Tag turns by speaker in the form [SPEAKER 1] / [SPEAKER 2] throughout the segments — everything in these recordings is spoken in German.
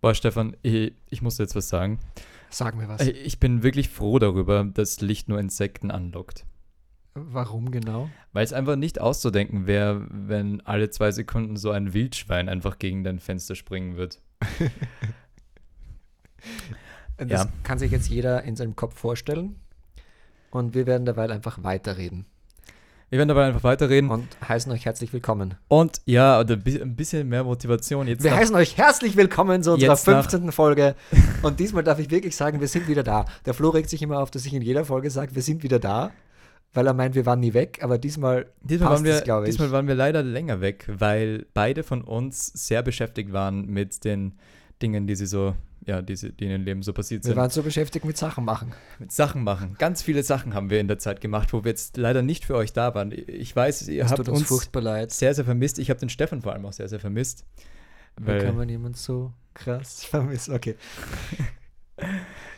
[SPEAKER 1] Boah, Stefan, ich, ich muss jetzt was sagen.
[SPEAKER 2] Sag mir was.
[SPEAKER 1] Äh, Ich bin wirklich froh darüber, dass Licht nur Insekten anlockt.
[SPEAKER 2] Warum genau?
[SPEAKER 1] Weil es einfach nicht auszudenken wäre, wenn alle zwei Sekunden so ein Wildschwein einfach gegen dein Fenster springen wird.
[SPEAKER 2] Das
[SPEAKER 1] Ja.
[SPEAKER 2] kann sich jetzt jeder in seinem Kopf vorstellen. Und wir werden dabei einfach weiterreden.
[SPEAKER 1] Wir werden dabei einfach weiterreden. Und,
[SPEAKER 2] Und heißen euch herzlich willkommen.
[SPEAKER 1] ja, oder bi- ein bisschen mehr Motivation jetzt.
[SPEAKER 2] Wir
[SPEAKER 1] nach-
[SPEAKER 2] heißen euch herzlich willkommen zu unserer
[SPEAKER 1] Jetzt nach-
[SPEAKER 2] 15. Folge. Und diesmal darf ich wirklich sagen, wir sind wieder da. Der Flo regt sich immer auf, dass ich in jeder Folge sage, wir sind wieder da, weil er meint, wir waren nie weg. Aber diesmal,
[SPEAKER 1] Diesmal waren,
[SPEAKER 2] es,
[SPEAKER 1] wir,
[SPEAKER 2] glaube ich.
[SPEAKER 1] diesmal waren wir leider länger weg, weil beide von uns sehr beschäftigt waren mit den Dingen, die sie so, ja, die, sie, die in ihrem Leben so passiert
[SPEAKER 2] wir
[SPEAKER 1] sind.
[SPEAKER 2] waren so beschäftigt mit Sachen machen.
[SPEAKER 1] mit Sachen machen. Ganz viele Sachen haben wir in der Zeit gemacht, wo wir jetzt leider nicht für euch da waren. Ich weiß, ihr
[SPEAKER 2] Es
[SPEAKER 1] habt
[SPEAKER 2] tut uns
[SPEAKER 1] uns,
[SPEAKER 2] furchtbar leid.
[SPEAKER 1] sehr, sehr vermisst. Ich habe den Stefan vor allem auch sehr, sehr vermisst.
[SPEAKER 2] Wie kann
[SPEAKER 1] Weil,
[SPEAKER 2] man jemanden so krass vermissen? Okay.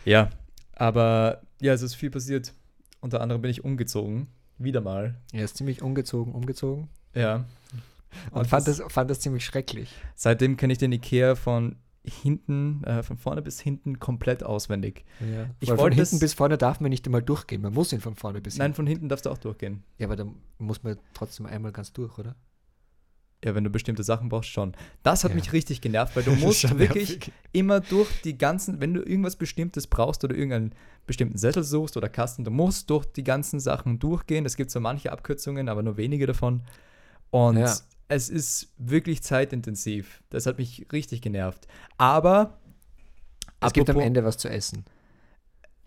[SPEAKER 1] ja, aber ja, es ist viel passiert. Unter anderem bin ich umgezogen. Wieder mal.
[SPEAKER 2] Er ist ziemlich ungezogen, umgezogen.
[SPEAKER 1] Ja.
[SPEAKER 2] Und, fand, das, fand das ziemlich schrecklich.
[SPEAKER 1] Seitdem kenne ich den Ikea von hinten, äh, von vorne bis hinten komplett auswendig.
[SPEAKER 2] Ja.
[SPEAKER 1] Ich
[SPEAKER 2] Ich Weil von
[SPEAKER 1] wollte
[SPEAKER 2] hinten
[SPEAKER 1] es-
[SPEAKER 2] bis vorne darf man nicht einmal durchgehen. Man muss ihn von vorne bis
[SPEAKER 1] Nein,
[SPEAKER 2] hinten.
[SPEAKER 1] von hinten darfst du auch durchgehen.
[SPEAKER 2] Ja, aber dann muss man trotzdem einmal ganz durch, oder?
[SPEAKER 1] Ja, wenn du bestimmte Sachen brauchst, schon. Das hat
[SPEAKER 2] Ja.
[SPEAKER 1] mich richtig genervt, weil du
[SPEAKER 2] Das ist
[SPEAKER 1] musst
[SPEAKER 2] schon
[SPEAKER 1] wirklich
[SPEAKER 2] nervig.
[SPEAKER 1] immer durch die ganzen, wenn du irgendwas Bestimmtes brauchst oder irgendeinen bestimmten Sessel suchst oder Kasten, du musst durch die ganzen Sachen durchgehen. Es gibt so manche Abkürzungen, aber nur wenige davon. Und
[SPEAKER 2] Ja.
[SPEAKER 1] es ist wirklich zeitintensiv. Das hat mich richtig genervt. Aber
[SPEAKER 2] Es gibt am
[SPEAKER 1] apropos-
[SPEAKER 2] Ende was zu essen.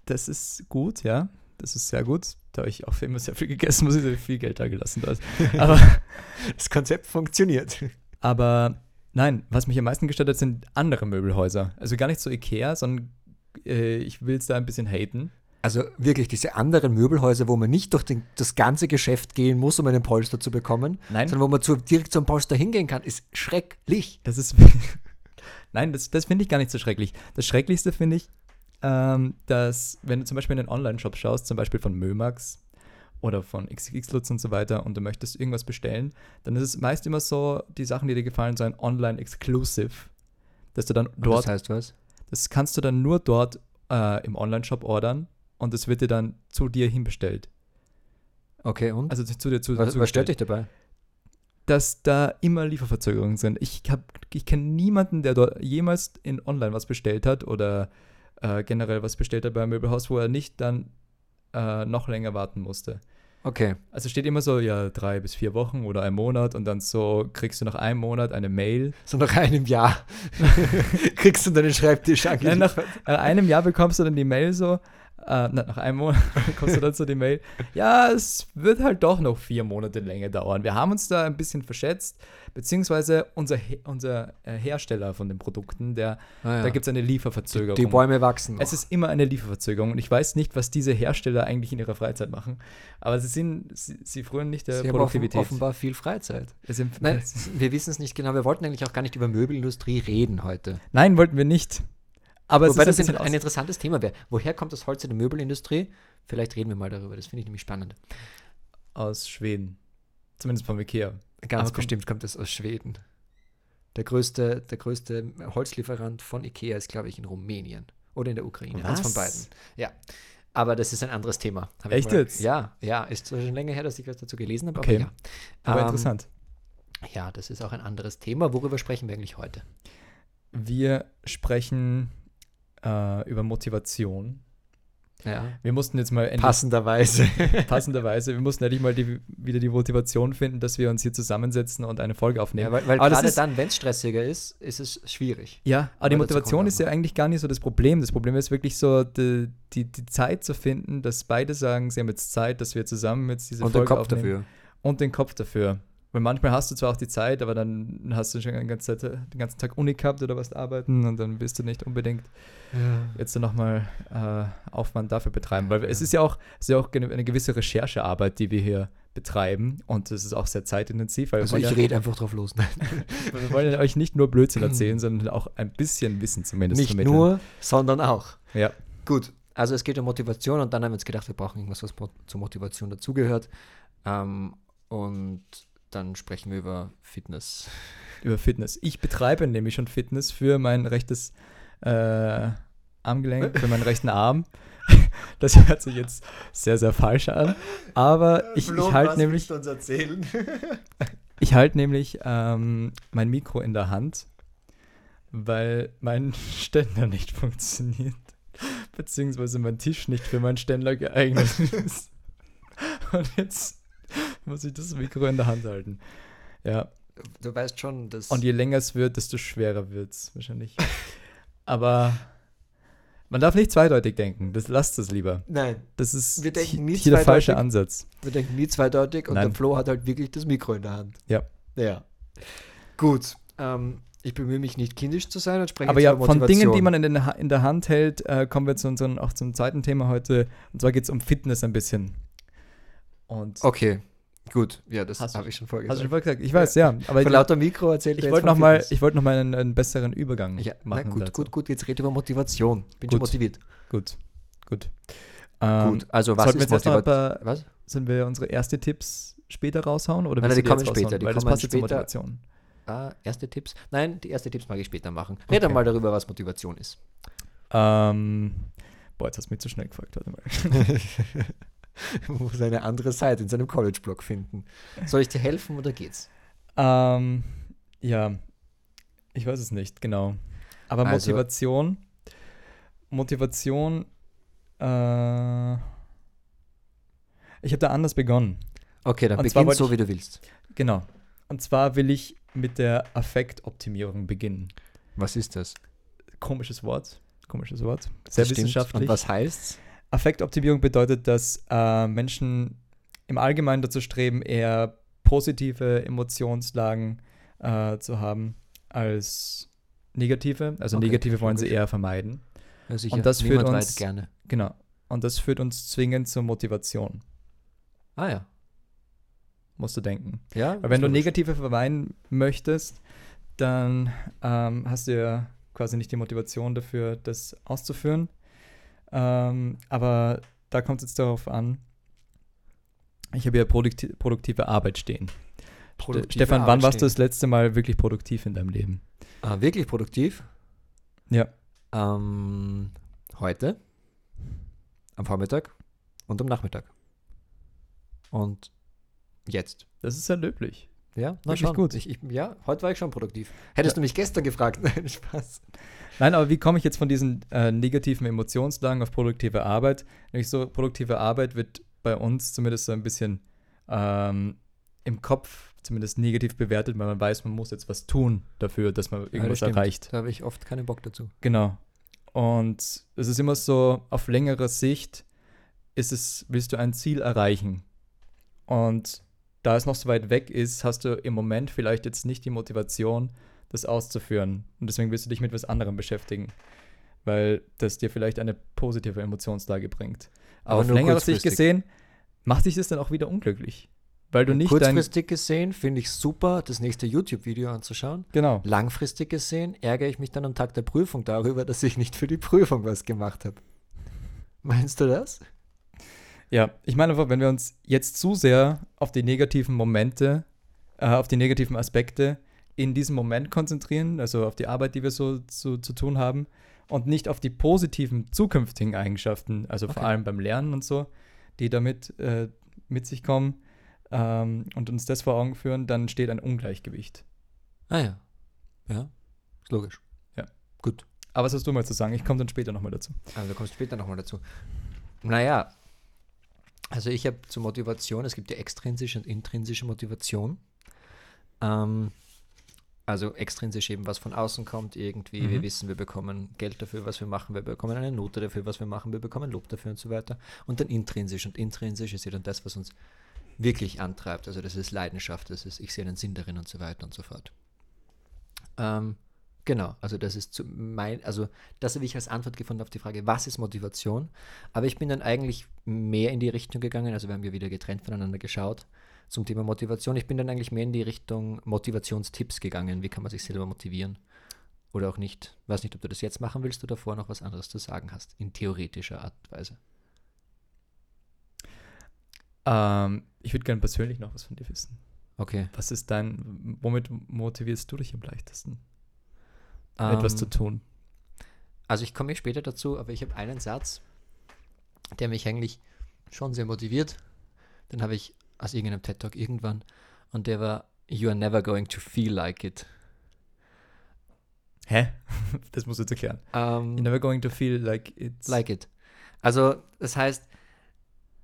[SPEAKER 1] das ist gut, ja. Das ist sehr gut. Da habe ich auch immer sehr viel gegessen, muss ich sehr viel Geld da gelassen. Da ist. Aber
[SPEAKER 2] Das Konzept funktioniert.
[SPEAKER 1] Aber nein, was mich am meisten gestört hat, sind andere Möbelhäuser. Also gar nicht so Ikea, sondern äh, ich will es da ein bisschen haten.
[SPEAKER 2] Also wirklich diese anderen Möbelhäuser, wo man nicht durch den, das ganze Geschäft gehen muss, um einen Polster zu bekommen,
[SPEAKER 1] Nein.
[SPEAKER 2] sondern wo man zu, direkt zum Polster hingehen kann, ist schrecklich.
[SPEAKER 1] Das ist. nein, das, das finde ich gar nicht so schrecklich. Das Schrecklichste finde ich, ähm, dass, wenn du zum Beispiel in den Online-Shop schaust, zum Beispiel von Mömax oder von XXLutz und so weiter, und du möchtest irgendwas bestellen, dann ist es meist immer so, die Sachen, die dir gefallen, sollen online-exclusive. Dass du dann dort
[SPEAKER 2] Das heißt was?
[SPEAKER 1] Das kannst du dann nur dort äh, im Online-Shop ordern und es wird dir dann zu dir hinbestellt.
[SPEAKER 2] Okay, und?
[SPEAKER 1] Also zu zu dir zu,
[SPEAKER 2] was, was stört
[SPEAKER 1] zugestellt.
[SPEAKER 2] dich dabei?
[SPEAKER 1] Dass da immer Lieferverzögerungen sind. Ich, hab- ich kenne niemanden, der dort jemals in Online was bestellt hat oder äh, generell was bestellt hat beim Möbelhaus, wo er nicht dann äh, noch länger warten musste.
[SPEAKER 2] Okay.
[SPEAKER 1] Also steht immer so, ja, drei bis vier Wochen oder ein Monat und dann so kriegst du nach einem Monat eine Mail.
[SPEAKER 2] So nach einem Jahr kriegst du deinen Schreibtisch
[SPEAKER 1] Nein,
[SPEAKER 2] angeliefert.
[SPEAKER 1] nach, nach einem Jahr bekommst du dann die Mail so, äh, na, nach einem Monat bekommst du dann so die Mail, ja, es wird halt doch noch vier Monate länger dauern. Wir haben uns da ein bisschen verschätzt, beziehungsweise unser, He- unser äh, Hersteller von den Produkten, der,
[SPEAKER 2] Ah ja.
[SPEAKER 1] da gibt es eine Lieferverzögerung.
[SPEAKER 2] Die Bäume wachsen. noch.
[SPEAKER 1] es ist äh, immer eine Lieferverzögerung und ich weiß nicht, was diese Hersteller eigentlich in ihrer Freizeit machen, aber sie sind, sie, sie frönen nicht der
[SPEAKER 2] Sie haben offen,
[SPEAKER 1] Produktivität.
[SPEAKER 2] offenbar viel Freizeit.
[SPEAKER 1] Es sind-
[SPEAKER 2] Nein, wir wissen es nicht genau. Wir wollten eigentlich auch gar nicht über Möbelindustrie reden heute.
[SPEAKER 1] Nein, wollten wir nicht. Aber es
[SPEAKER 2] Wobei
[SPEAKER 1] ist
[SPEAKER 2] das
[SPEAKER 1] ein
[SPEAKER 2] ein,
[SPEAKER 1] bisschen
[SPEAKER 2] ein
[SPEAKER 1] aus,
[SPEAKER 2] interessantes Thema wäre. Woher kommt das Holz in der Möbelindustrie? Vielleicht reden wir mal darüber. Das finde ich nämlich spannend.
[SPEAKER 1] aus Schweden. Zumindest vom Ikea.
[SPEAKER 2] Ganz
[SPEAKER 1] Aber kommt-
[SPEAKER 2] bestimmt kommt das aus Schweden. Der größte, der größte Holzlieferant von Ikea ist, glaube ich, in Rumänien oder in der Ukraine. Eins von beiden.
[SPEAKER 1] Was?
[SPEAKER 2] Ja. Aber das ist ein anderes Thema. Hab ich
[SPEAKER 1] Echt
[SPEAKER 2] mal-
[SPEAKER 1] jetzt?
[SPEAKER 2] Ja, ja. Ist zwar schon länger her, dass ich was dazu gelesen habe,
[SPEAKER 1] Okay.
[SPEAKER 2] aber ja.
[SPEAKER 1] Aber
[SPEAKER 2] Ähm,
[SPEAKER 1] interessant.
[SPEAKER 2] Ja, das ist auch ein anderes Thema. Worüber sprechen wir eigentlich heute?
[SPEAKER 1] Wir sprechen äh, über Motivation.
[SPEAKER 2] Ja.
[SPEAKER 1] Wir mussten jetzt mal endlich,
[SPEAKER 2] Passenderweise.
[SPEAKER 1] passenderweise, wir mussten endlich mal die, wieder die Motivation finden, dass wir uns hier zusammensetzen und eine Folge
[SPEAKER 2] Ja,
[SPEAKER 1] aufnehmen.
[SPEAKER 2] weil, weil
[SPEAKER 1] Aber das
[SPEAKER 2] gerade
[SPEAKER 1] ist-
[SPEAKER 2] dann, wenn es stressiger ist, ist es schwierig.
[SPEAKER 1] Ja, aber die
[SPEAKER 2] Aber dazu kommen
[SPEAKER 1] Motivation
[SPEAKER 2] wir
[SPEAKER 1] ist ja eigentlich gar nicht so das Problem. Das Problem ist wirklich so, die, die, die Zeit zu finden, dass beide sagen, sie haben jetzt Zeit, dass wir zusammen jetzt diese Folge aufnehmen. Und den Kopf dafür. Weil manchmal hast du zwar auch die Zeit, aber dann hast du schon den ganzen, Zeit, den ganzen Tag Uni gehabt oder was arbeiten und dann bist du nicht unbedingt jetzt nochmal äh, Aufwand dafür betreiben. Weil es ist ja auch, es ist ja auch gene- eine gewisse Recherchearbeit, die wir hier betreiben und es ist auch sehr zeitintensiv, weil
[SPEAKER 2] Also
[SPEAKER 1] wir,
[SPEAKER 2] ich
[SPEAKER 1] wollen
[SPEAKER 2] rede einfach drauf los. ne?
[SPEAKER 1] ja, wir wollen ja euch nicht nur Blödsinn erzählen, sondern auch ein bisschen Wissen zumindest
[SPEAKER 2] Nicht
[SPEAKER 1] vermitteln.
[SPEAKER 2] nur, sondern auch.
[SPEAKER 1] Ja.
[SPEAKER 2] Gut, also es geht um Motivation und dann haben wir uns gedacht, wir brauchen irgendwas, was mo- zur Motivation dazugehört. Ähm, und dann sprechen wir über Fitness.
[SPEAKER 1] Über Fitness. Ich betreibe nämlich schon Fitness für mein rechtes äh, Armgelenk, für meinen rechten Arm. Das hört sich jetzt sehr, sehr falsch an. Aber
[SPEAKER 2] Äh,
[SPEAKER 1] ich, ich halte nämlich. ich halte nämlich ähm, mein Mikro in der Hand, weil mein Ständer nicht funktioniert. Beziehungsweise mein Tisch nicht für meinen Ständer geeignet ist. Und jetzt muss ich das Mikro in der Hand halten. Ja.
[SPEAKER 2] Du weißt schon, dass.
[SPEAKER 1] Und je länger es wird, desto schwerer wird es wahrscheinlich. Aber. Man darf nicht zweideutig denken. Das lasst es lieber.
[SPEAKER 2] Nein.
[SPEAKER 1] Das ist
[SPEAKER 2] Wir denken nie
[SPEAKER 1] hier der falsche
[SPEAKER 2] zweideutig.
[SPEAKER 1] Ansatz.
[SPEAKER 2] Wir denken nie zweideutig und
[SPEAKER 1] Nein.
[SPEAKER 2] der Flo hat halt wirklich das Mikro in der Hand.
[SPEAKER 1] Ja.
[SPEAKER 2] Ja. Gut. Ähm, ich bemühe mich nicht kindisch zu sein und spreche
[SPEAKER 1] Aber
[SPEAKER 2] jetzt
[SPEAKER 1] ja,
[SPEAKER 2] über
[SPEAKER 1] von Dingen, die
[SPEAKER 2] Motivation.
[SPEAKER 1] man in, den, Ha- in der Hand hält, äh, kommen wir zu unseren, auch zum zweiten Thema heute. Und zwar geht es um Fitness ein bisschen. Und
[SPEAKER 2] Okay, gut. Ja, das
[SPEAKER 1] Hast du-
[SPEAKER 2] habe ich schon
[SPEAKER 1] hast du schon
[SPEAKER 2] vorgesagt.
[SPEAKER 1] vorher gesagt? Ich weiß, ja. aber
[SPEAKER 2] Von lauter Mikro erzählt
[SPEAKER 1] ich,
[SPEAKER 2] er
[SPEAKER 1] ich
[SPEAKER 2] jetzt
[SPEAKER 1] wollte
[SPEAKER 2] vom
[SPEAKER 1] nochmal
[SPEAKER 2] Fitness.
[SPEAKER 1] wollt noch mal einen, einen besseren Übergang
[SPEAKER 2] Ja, na
[SPEAKER 1] machen.
[SPEAKER 2] gut,
[SPEAKER 1] dazu.
[SPEAKER 2] gut, gut. Jetzt reden wir über Motivation. Bin schon
[SPEAKER 1] Gut.
[SPEAKER 2] motiviert.
[SPEAKER 1] Gut, gut. Ähm,
[SPEAKER 2] gut. Also, was
[SPEAKER 1] sollten wir
[SPEAKER 2] ist
[SPEAKER 1] jetzt erst noch ein
[SPEAKER 2] Motivation?
[SPEAKER 1] paar,
[SPEAKER 2] Was?
[SPEAKER 1] sollen wir unsere erste Tipps später raushauen? Oder willst
[SPEAKER 2] Nein, nein,
[SPEAKER 1] du
[SPEAKER 2] die
[SPEAKER 1] jetzt
[SPEAKER 2] kommen später,
[SPEAKER 1] raushauen?
[SPEAKER 2] die
[SPEAKER 1] Weil das
[SPEAKER 2] kommen
[SPEAKER 1] passt jetzt zur
[SPEAKER 2] später.
[SPEAKER 1] Motivation.
[SPEAKER 2] Ah, erste Tipps? Nein, die erste Tipps mag ich später machen. Red
[SPEAKER 1] Okay.
[SPEAKER 2] mal darüber, was Motivation ist.
[SPEAKER 1] Ähm, boah, jetzt hast du mich zu schnell gefragt. Warte mal.
[SPEAKER 2] Man muss eine andere Seite in seinem College-Blog finden. Soll ich dir helfen oder geht's?
[SPEAKER 1] Ähm, ja, ich weiß es nicht genau. Aber
[SPEAKER 2] Also-
[SPEAKER 1] Motivation, Motivation, äh, ich habe da anders begonnen.
[SPEAKER 2] Okay, dann
[SPEAKER 1] Und zwar
[SPEAKER 2] beginn
[SPEAKER 1] wollte
[SPEAKER 2] so,
[SPEAKER 1] ich-
[SPEAKER 2] wie du willst.
[SPEAKER 1] Genau. Und zwar will ich mit der Affektoptimierung beginnen.
[SPEAKER 2] Was ist das?
[SPEAKER 1] Komisches Wort, komisches Wort, sehr wissenschaftlich.
[SPEAKER 2] Und was heißt's?
[SPEAKER 1] Affektoptimierung bedeutet, dass äh, Menschen im Allgemeinen dazu streben, eher positive Emotionslagen äh, zu haben als negative. Also
[SPEAKER 2] Okay,
[SPEAKER 1] negative wollen sie
[SPEAKER 2] logisch.
[SPEAKER 1] eher vermeiden.
[SPEAKER 2] Ja, sicher.
[SPEAKER 1] Und das führt
[SPEAKER 2] Niemand
[SPEAKER 1] uns-
[SPEAKER 2] weit gerne.
[SPEAKER 1] Genau. Und das führt uns zwingend zur Motivation,
[SPEAKER 2] Ah ja.
[SPEAKER 1] musst du denken.
[SPEAKER 2] Ja.
[SPEAKER 1] Weil wenn
[SPEAKER 2] ist
[SPEAKER 1] du
[SPEAKER 2] logisch.
[SPEAKER 1] negative vermeiden möchtest, dann ähm, hast du ja quasi nicht die Motivation dafür, das auszuführen. Ähm, aber da kommt es jetzt darauf an. Ich habe ja produkti produktive Arbeit stehen.
[SPEAKER 2] Produktive
[SPEAKER 1] Stefan, wann
[SPEAKER 2] Arbeit
[SPEAKER 1] warst du
[SPEAKER 2] stehen.
[SPEAKER 1] das letzte Mal wirklich produktiv in deinem Leben?
[SPEAKER 2] Ah, wirklich produktiv?
[SPEAKER 1] Ja.
[SPEAKER 2] Ähm, heute, am Vormittag und am Nachmittag. Und jetzt.
[SPEAKER 1] Das ist ja löblich.
[SPEAKER 2] Ja, na
[SPEAKER 1] Wirklich
[SPEAKER 2] schon.
[SPEAKER 1] gut.
[SPEAKER 2] Ich, ich, ja, heute war ich schon produktiv. Hättest du mich gestern gefragt? Nein, Spaß.
[SPEAKER 1] Nein, aber wie komme ich jetzt von diesen äh, negativen Emotionslagen auf produktive Arbeit? Nämlich so, produktive Arbeit wird bei uns zumindest so ein bisschen ähm, im Kopf zumindest negativ bewertet, weil man weiß, man muss jetzt was tun dafür, dass man irgendwas
[SPEAKER 2] stimmt.
[SPEAKER 1] erreicht.
[SPEAKER 2] Da habe ich oft keinen Bock dazu.
[SPEAKER 1] Genau. Und es ist immer so, auf längere Sicht ist es, willst du ein Ziel erreichen? Und da es noch so weit weg ist, hast du im Moment vielleicht jetzt nicht die Motivation, das auszuführen. Und deswegen willst du dich mit was anderem beschäftigen, weil das dir vielleicht eine positive Emotionslage bringt.
[SPEAKER 2] Aber
[SPEAKER 1] Aber, auf
[SPEAKER 2] nur
[SPEAKER 1] längere Sicht
[SPEAKER 2] kurzfristig.
[SPEAKER 1] gesehen, macht dich das dann auch wieder unglücklich. Weil du nicht dein.
[SPEAKER 2] Kurzfristig gesehen finde ich super, das nächste YouTube-Video anzuschauen.
[SPEAKER 1] Genau.
[SPEAKER 2] Langfristig gesehen ärgere ich mich dann am Tag der Prüfung darüber, dass ich nicht für die Prüfung was gemacht habe. Meinst du das?
[SPEAKER 1] Ja, ich meine einfach, wenn wir uns jetzt zu sehr auf die negativen Momente, äh, auf die negativen Aspekte in diesem Moment konzentrieren, also auf die Arbeit, die wir so zu, zu tun haben, und nicht auf die positiven zukünftigen Eigenschaften, also vor
[SPEAKER 2] Okay.
[SPEAKER 1] allem beim Lernen und so, die damit äh, mit sich kommen ähm, und uns das vor Augen führen, dann steht ein Ungleichgewicht.
[SPEAKER 2] Ah ja. Ja, ist logisch.
[SPEAKER 1] Ja.
[SPEAKER 2] Gut.
[SPEAKER 1] Aber was hast du mal zu sagen? Ich komme dann später nochmal dazu.
[SPEAKER 2] Also du kommst später nochmal dazu. Naja, also ich habe zur Motivation, es gibt ja extrinsische und intrinsische Motivation. Ähm, also extrinsisch eben, was von außen kommt irgendwie. Wir
[SPEAKER 1] Mhm.
[SPEAKER 2] wissen, wir bekommen Geld dafür, was wir machen, wir bekommen eine Note dafür, was wir machen, wir bekommen Lob dafür und so weiter. Und dann intrinsisch. Und intrinsisch ist ja dann das, was uns wirklich antreibt. Also das ist Leidenschaft, das ist, ich sehe einen Sinn darin und so weiter und so fort. Ähm, genau, also das ist zu mein, also das habe ich als Antwort gefunden auf die Frage, was ist Motivation? Aber ich bin dann eigentlich mehr in die Richtung gegangen, also wir haben ja wieder getrennt voneinander geschaut zum Thema Motivation. Ich bin dann eigentlich mehr in die Richtung Motivationstipps gegangen. Wie kann man sich selber motivieren? Oder auch nicht. Weiß nicht, ob du das jetzt machen willst oder davor noch was anderes zu sagen hast. In theoretischer Art und Weise.
[SPEAKER 1] Ähm, ich würde gerne persönlich noch was von dir wissen.
[SPEAKER 2] Okay.
[SPEAKER 1] Was ist dein, womit motivierst du dich am leichtesten,
[SPEAKER 2] Ähm,
[SPEAKER 1] etwas zu tun?
[SPEAKER 2] Also ich komme später dazu, aber ich habe einen Satz, der mich eigentlich schon sehr motiviert. Den habe ich aus irgendeinem TED Talk irgendwann und der war You are never going to feel like it.
[SPEAKER 1] Hä? Das musst du jetzt erklären.
[SPEAKER 2] Ähm,
[SPEAKER 1] You're never going to feel like it's
[SPEAKER 2] like it. Also das heißt,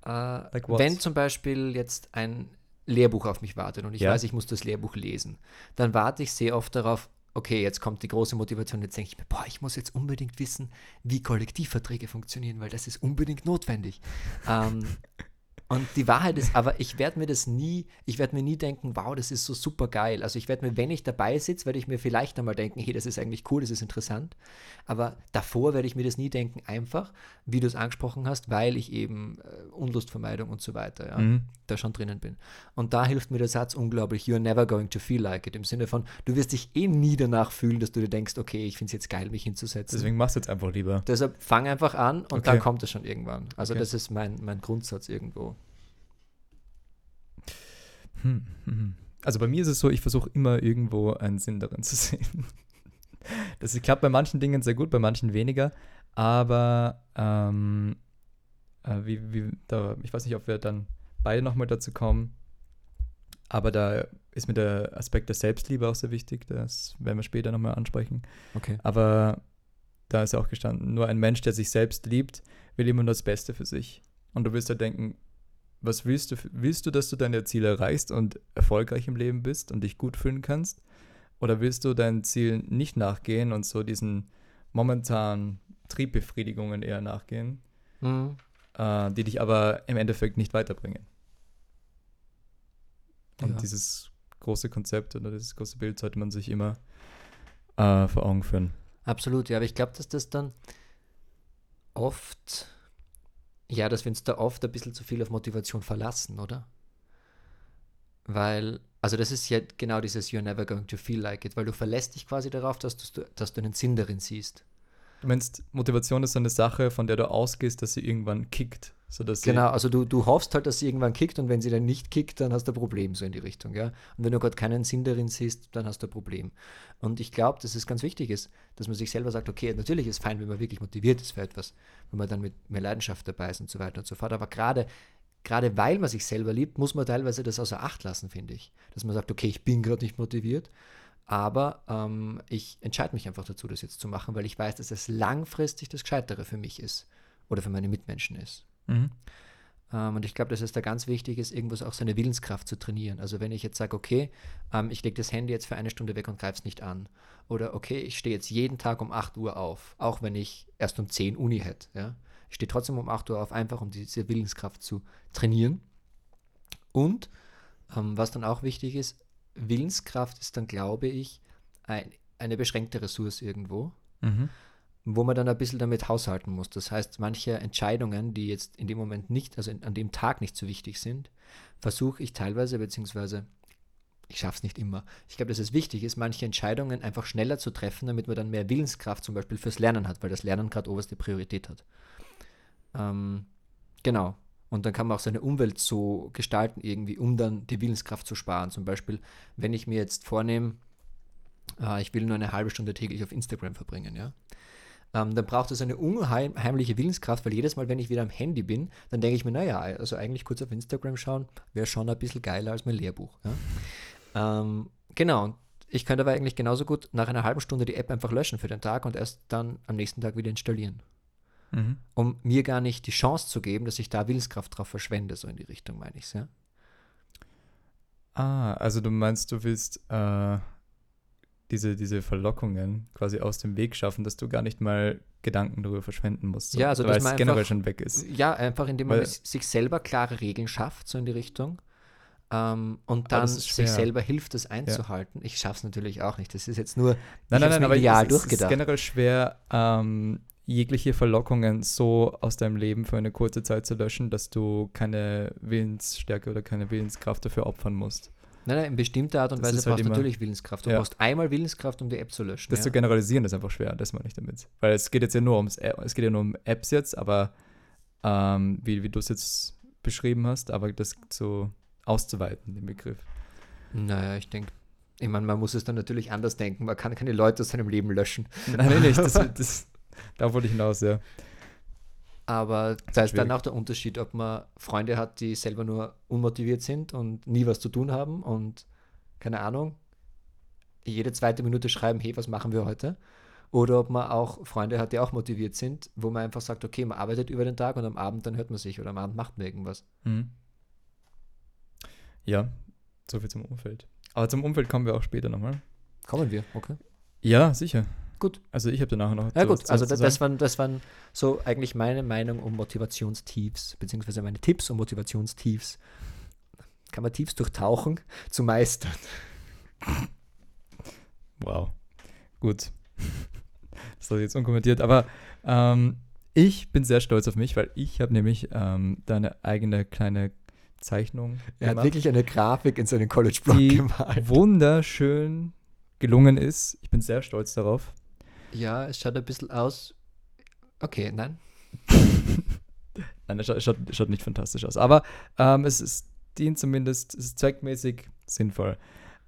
[SPEAKER 2] äh,
[SPEAKER 1] Like what?
[SPEAKER 2] wenn zum Beispiel jetzt ein Lehrbuch auf mich wartet und ich
[SPEAKER 1] Ja.
[SPEAKER 2] weiß, ich muss das Lehrbuch lesen, dann warte ich sehr oft darauf, okay, jetzt kommt die große Motivation, jetzt denke ich mir, boah, ich muss jetzt unbedingt wissen, wie Kollektivverträge funktionieren, weil das ist unbedingt notwendig. ähm, und die Wahrheit ist aber, ich werde mir das nie, ich werde mir nie denken, wow, das ist so super geil. Also ich werde mir, wenn ich dabei sitze, werde ich mir vielleicht einmal denken, hey, das ist eigentlich cool, das ist interessant. Aber davor werde ich mir das nie denken, einfach, wie du es angesprochen hast, weil ich eben äh, Unlustvermeidung und so weiter, ja,
[SPEAKER 1] Mhm.
[SPEAKER 2] da schon drinnen bin. Und da hilft mir der Satz unglaublich, you're never going to feel like it, im Sinne von, du wirst dich eh nie danach fühlen, dass du dir denkst, okay, ich finde es jetzt geil, mich hinzusetzen.
[SPEAKER 1] Deswegen machst du jetzt einfach lieber.
[SPEAKER 2] Deshalb fang einfach an und
[SPEAKER 1] Okay.
[SPEAKER 2] dann kommt es schon irgendwann. Also
[SPEAKER 1] Okay.
[SPEAKER 2] das ist mein, mein Grundsatz irgendwo.
[SPEAKER 1] Hm, mhm. Also bei mir ist es so, ich versuche immer irgendwo einen Sinn darin zu sehen. Das klappt bei manchen Dingen sehr gut, bei manchen weniger. Aber ähm, äh, wie, wie, da, ich weiß nicht, ob wir dann beide nochmal dazu kommen. Aber da ist mir der Aspekt der Selbstliebe auch sehr wichtig. Das werden wir später nochmal ansprechen.
[SPEAKER 2] Okay.
[SPEAKER 1] Aber da ist auch gestanden, nur ein Mensch, der sich selbst liebt, will immer nur das Beste für sich. Und du wirst da denken, was willst du, willst du, dass du deine Ziele erreichst und erfolgreich im Leben bist und dich gut fühlen kannst? Oder willst du deinen Zielen nicht nachgehen und so diesen momentanen Triebbefriedigungen eher nachgehen,
[SPEAKER 2] Mhm.
[SPEAKER 1] äh, die dich aber im Endeffekt nicht weiterbringen? Und
[SPEAKER 2] Ja.
[SPEAKER 1] dieses große Konzept oder dieses große Bild sollte man sich immer äh, vor Augen führen.
[SPEAKER 2] Absolut, ja, aber ich glaube, dass das dann oft, ja, dass wir uns da oft ein bisschen zu viel auf Motivation verlassen, oder? Weil, also das ist ja genau dieses You're never going to feel like it, weil du verlässt dich quasi darauf, dass du, dass du einen Sinn darin siehst.
[SPEAKER 1] Du meinst, Motivation ist so eine Sache, von der du ausgehst, dass sie irgendwann kickt. Sodass sie,
[SPEAKER 2] Genau, also du, du hoffst halt, dass sie irgendwann kickt und wenn sie dann nicht kickt, dann hast du ein Problem, so in die Richtung, ja. Und wenn du gerade keinen Sinn darin siehst, dann hast du ein Problem. Und ich glaube, dass es ganz wichtig ist, dass man sich selber sagt, okay, natürlich ist fein, wenn man wirklich motiviert ist für etwas, wenn man dann mit mehr Leidenschaft dabei ist und so weiter und so fort. Aber gerade, gerade weil man sich selber liebt, muss man teilweise das außer Acht lassen, finde ich. Dass man sagt, okay, ich bin gerade nicht motiviert, aber ähm, ich entscheide mich einfach dazu, das jetzt zu machen, weil ich weiß, dass das langfristig das Gescheitere für mich ist oder für meine Mitmenschen ist.
[SPEAKER 1] Mhm.
[SPEAKER 2] Ähm, und ich glaube, dass es da ganz wichtig ist, irgendwas auch seine Willenskraft zu trainieren. Also wenn ich jetzt sage, okay, ähm, ich lege das Handy jetzt für eine Stunde weg und greife es nicht an. Oder okay, ich stehe jetzt jeden Tag um 8 Uhr auf, auch wenn ich erst um 10 Uni hätte. Ja? Ich stehe trotzdem um 8 Uhr auf, einfach um diese Willenskraft zu trainieren. Und ähm, was dann auch wichtig ist, Willenskraft ist dann, glaube ich, ein, eine beschränkte Ressource irgendwo
[SPEAKER 1] Mhm.
[SPEAKER 2] wo man dann ein bisschen damit haushalten muss. Das heißt, manche Entscheidungen, die jetzt in dem Moment nicht, also in, an dem Tag nicht so wichtig sind, versuche ich teilweise, beziehungsweise ich schaffe es nicht immer. Ich glaube, dass es wichtig ist, manche Entscheidungen einfach schneller zu treffen, damit man dann mehr Willenskraft zum Beispiel fürs Lernen hat, weil das Lernen gerade oberste Priorität hat. Ähm, genau. Und dann kann man auch seine Umwelt so gestalten, irgendwie, um dann die Willenskraft zu sparen. Zum Beispiel, wenn ich mir jetzt vornehme, äh, ich will nur eine halbe Stunde täglich auf Instagram verbringen, ja ähm, dann braucht es eine unheimliche Willenskraft, weil jedes Mal, wenn ich wieder am Handy bin, dann denke ich mir, naja, also eigentlich kurz auf Instagram schauen, wäre schon ein bisschen geiler als mein Lehrbuch. Ja? ähm, genau, und ich könnte aber eigentlich genauso gut nach einer halben Stunde die App einfach löschen für den Tag und erst dann am nächsten Tag wieder installieren.
[SPEAKER 1] Mhm.
[SPEAKER 2] Um mir gar nicht die Chance zu geben, dass ich da Willenskraft drauf verschwende, so in die Richtung meine ich es, ja.
[SPEAKER 1] Ah, also du meinst, du willst äh, diese, diese Verlockungen quasi aus dem Weg schaffen, dass du gar nicht mal Gedanken darüber verschwenden musst.
[SPEAKER 2] Ja, also,
[SPEAKER 1] weil
[SPEAKER 2] dass man
[SPEAKER 1] es generell
[SPEAKER 2] einfach-
[SPEAKER 1] schon weg ist.
[SPEAKER 2] Ja, einfach indem man
[SPEAKER 1] Weil-
[SPEAKER 2] s- sich selber klare Regeln schafft, so in die Richtung. Ähm, und
[SPEAKER 1] Ah,
[SPEAKER 2] dann
[SPEAKER 1] das ist schwer.
[SPEAKER 2] sich selber hilft, das einzuhalten. Ich schaffe es natürlich auch nicht. Das ist jetzt nur
[SPEAKER 1] Nein, nein,
[SPEAKER 2] hab's
[SPEAKER 1] nein,
[SPEAKER 2] mir
[SPEAKER 1] aber es,
[SPEAKER 2] ideal
[SPEAKER 1] ist- es ist
[SPEAKER 2] durchgedacht.
[SPEAKER 1] generell schwer, ähm, jegliche Verlockungen so aus deinem Leben für eine kurze Zeit zu löschen, dass du keine Willensstärke oder keine Willenskraft dafür opfern musst.
[SPEAKER 2] Nein, nein, in bestimmter Art und
[SPEAKER 1] Das
[SPEAKER 2] Weise
[SPEAKER 1] ist halt
[SPEAKER 2] brauchst du
[SPEAKER 1] immer-
[SPEAKER 2] natürlich Willenskraft. Du
[SPEAKER 1] Ja.
[SPEAKER 2] brauchst einmal Willenskraft, um die App zu löschen.
[SPEAKER 1] Das zu
[SPEAKER 2] ja.
[SPEAKER 1] generalisieren ist einfach schwer, das meine ich damit. Weil es geht jetzt ja nur ums App, es geht ja nur um Apps jetzt, aber ähm, wie, wie du es jetzt beschrieben hast, aber das zu auszuweiten, den Begriff.
[SPEAKER 2] Naja, ich denke, ich meine, man muss es dann natürlich anders denken. Man kann keine Leute aus seinem Leben löschen.
[SPEAKER 1] Nein, nein, nicht. Das, das, da wollte ich hinaus, ja.
[SPEAKER 2] Aber da ist dann auch der Unterschied, ob man Freunde hat, die selber nur unmotiviert sind und nie was zu tun haben und keine Ahnung, jede zweite Minute schreiben, hey, was machen wir heute? Oder ob man auch Freunde hat, die auch motiviert sind, wo man einfach sagt, okay, man arbeitet über den Tag und am Abend dann hört man sich oder am Abend macht man irgendwas.
[SPEAKER 1] Mhm. Ja, so viel zum Umfeld. Aber zum Umfeld kommen wir auch später nochmal.
[SPEAKER 2] Kommen wir, okay.
[SPEAKER 1] Ja, sicher.
[SPEAKER 2] Gut.
[SPEAKER 1] Also ich habe danach noch.
[SPEAKER 2] Ja gut, also das, das, waren, das waren so eigentlich meine Meinung um Motivationstiefs, beziehungsweise meine Tipps um Motivationstiefs. Kann man Tiefs durchtauchen zu meistern.
[SPEAKER 1] Wow. Gut. Das ist jetzt unkommentiert, aber ähm, ich bin sehr stolz auf mich, weil ich habe nämlich ähm, da eine eigene kleine Zeichnung.
[SPEAKER 2] Er gemacht, hat wirklich eine Grafik in seinen College-Blog gemalt.
[SPEAKER 1] Wunderschön gelungen ist. Ich bin sehr stolz darauf.
[SPEAKER 2] Ja, es schaut ein bisschen aus. Okay, nein.
[SPEAKER 1] nein, es schaut, schaut, schaut, nicht fantastisch aus. Aber ähm, es ist dient zumindest, es ist zweckmäßig sinnvoll.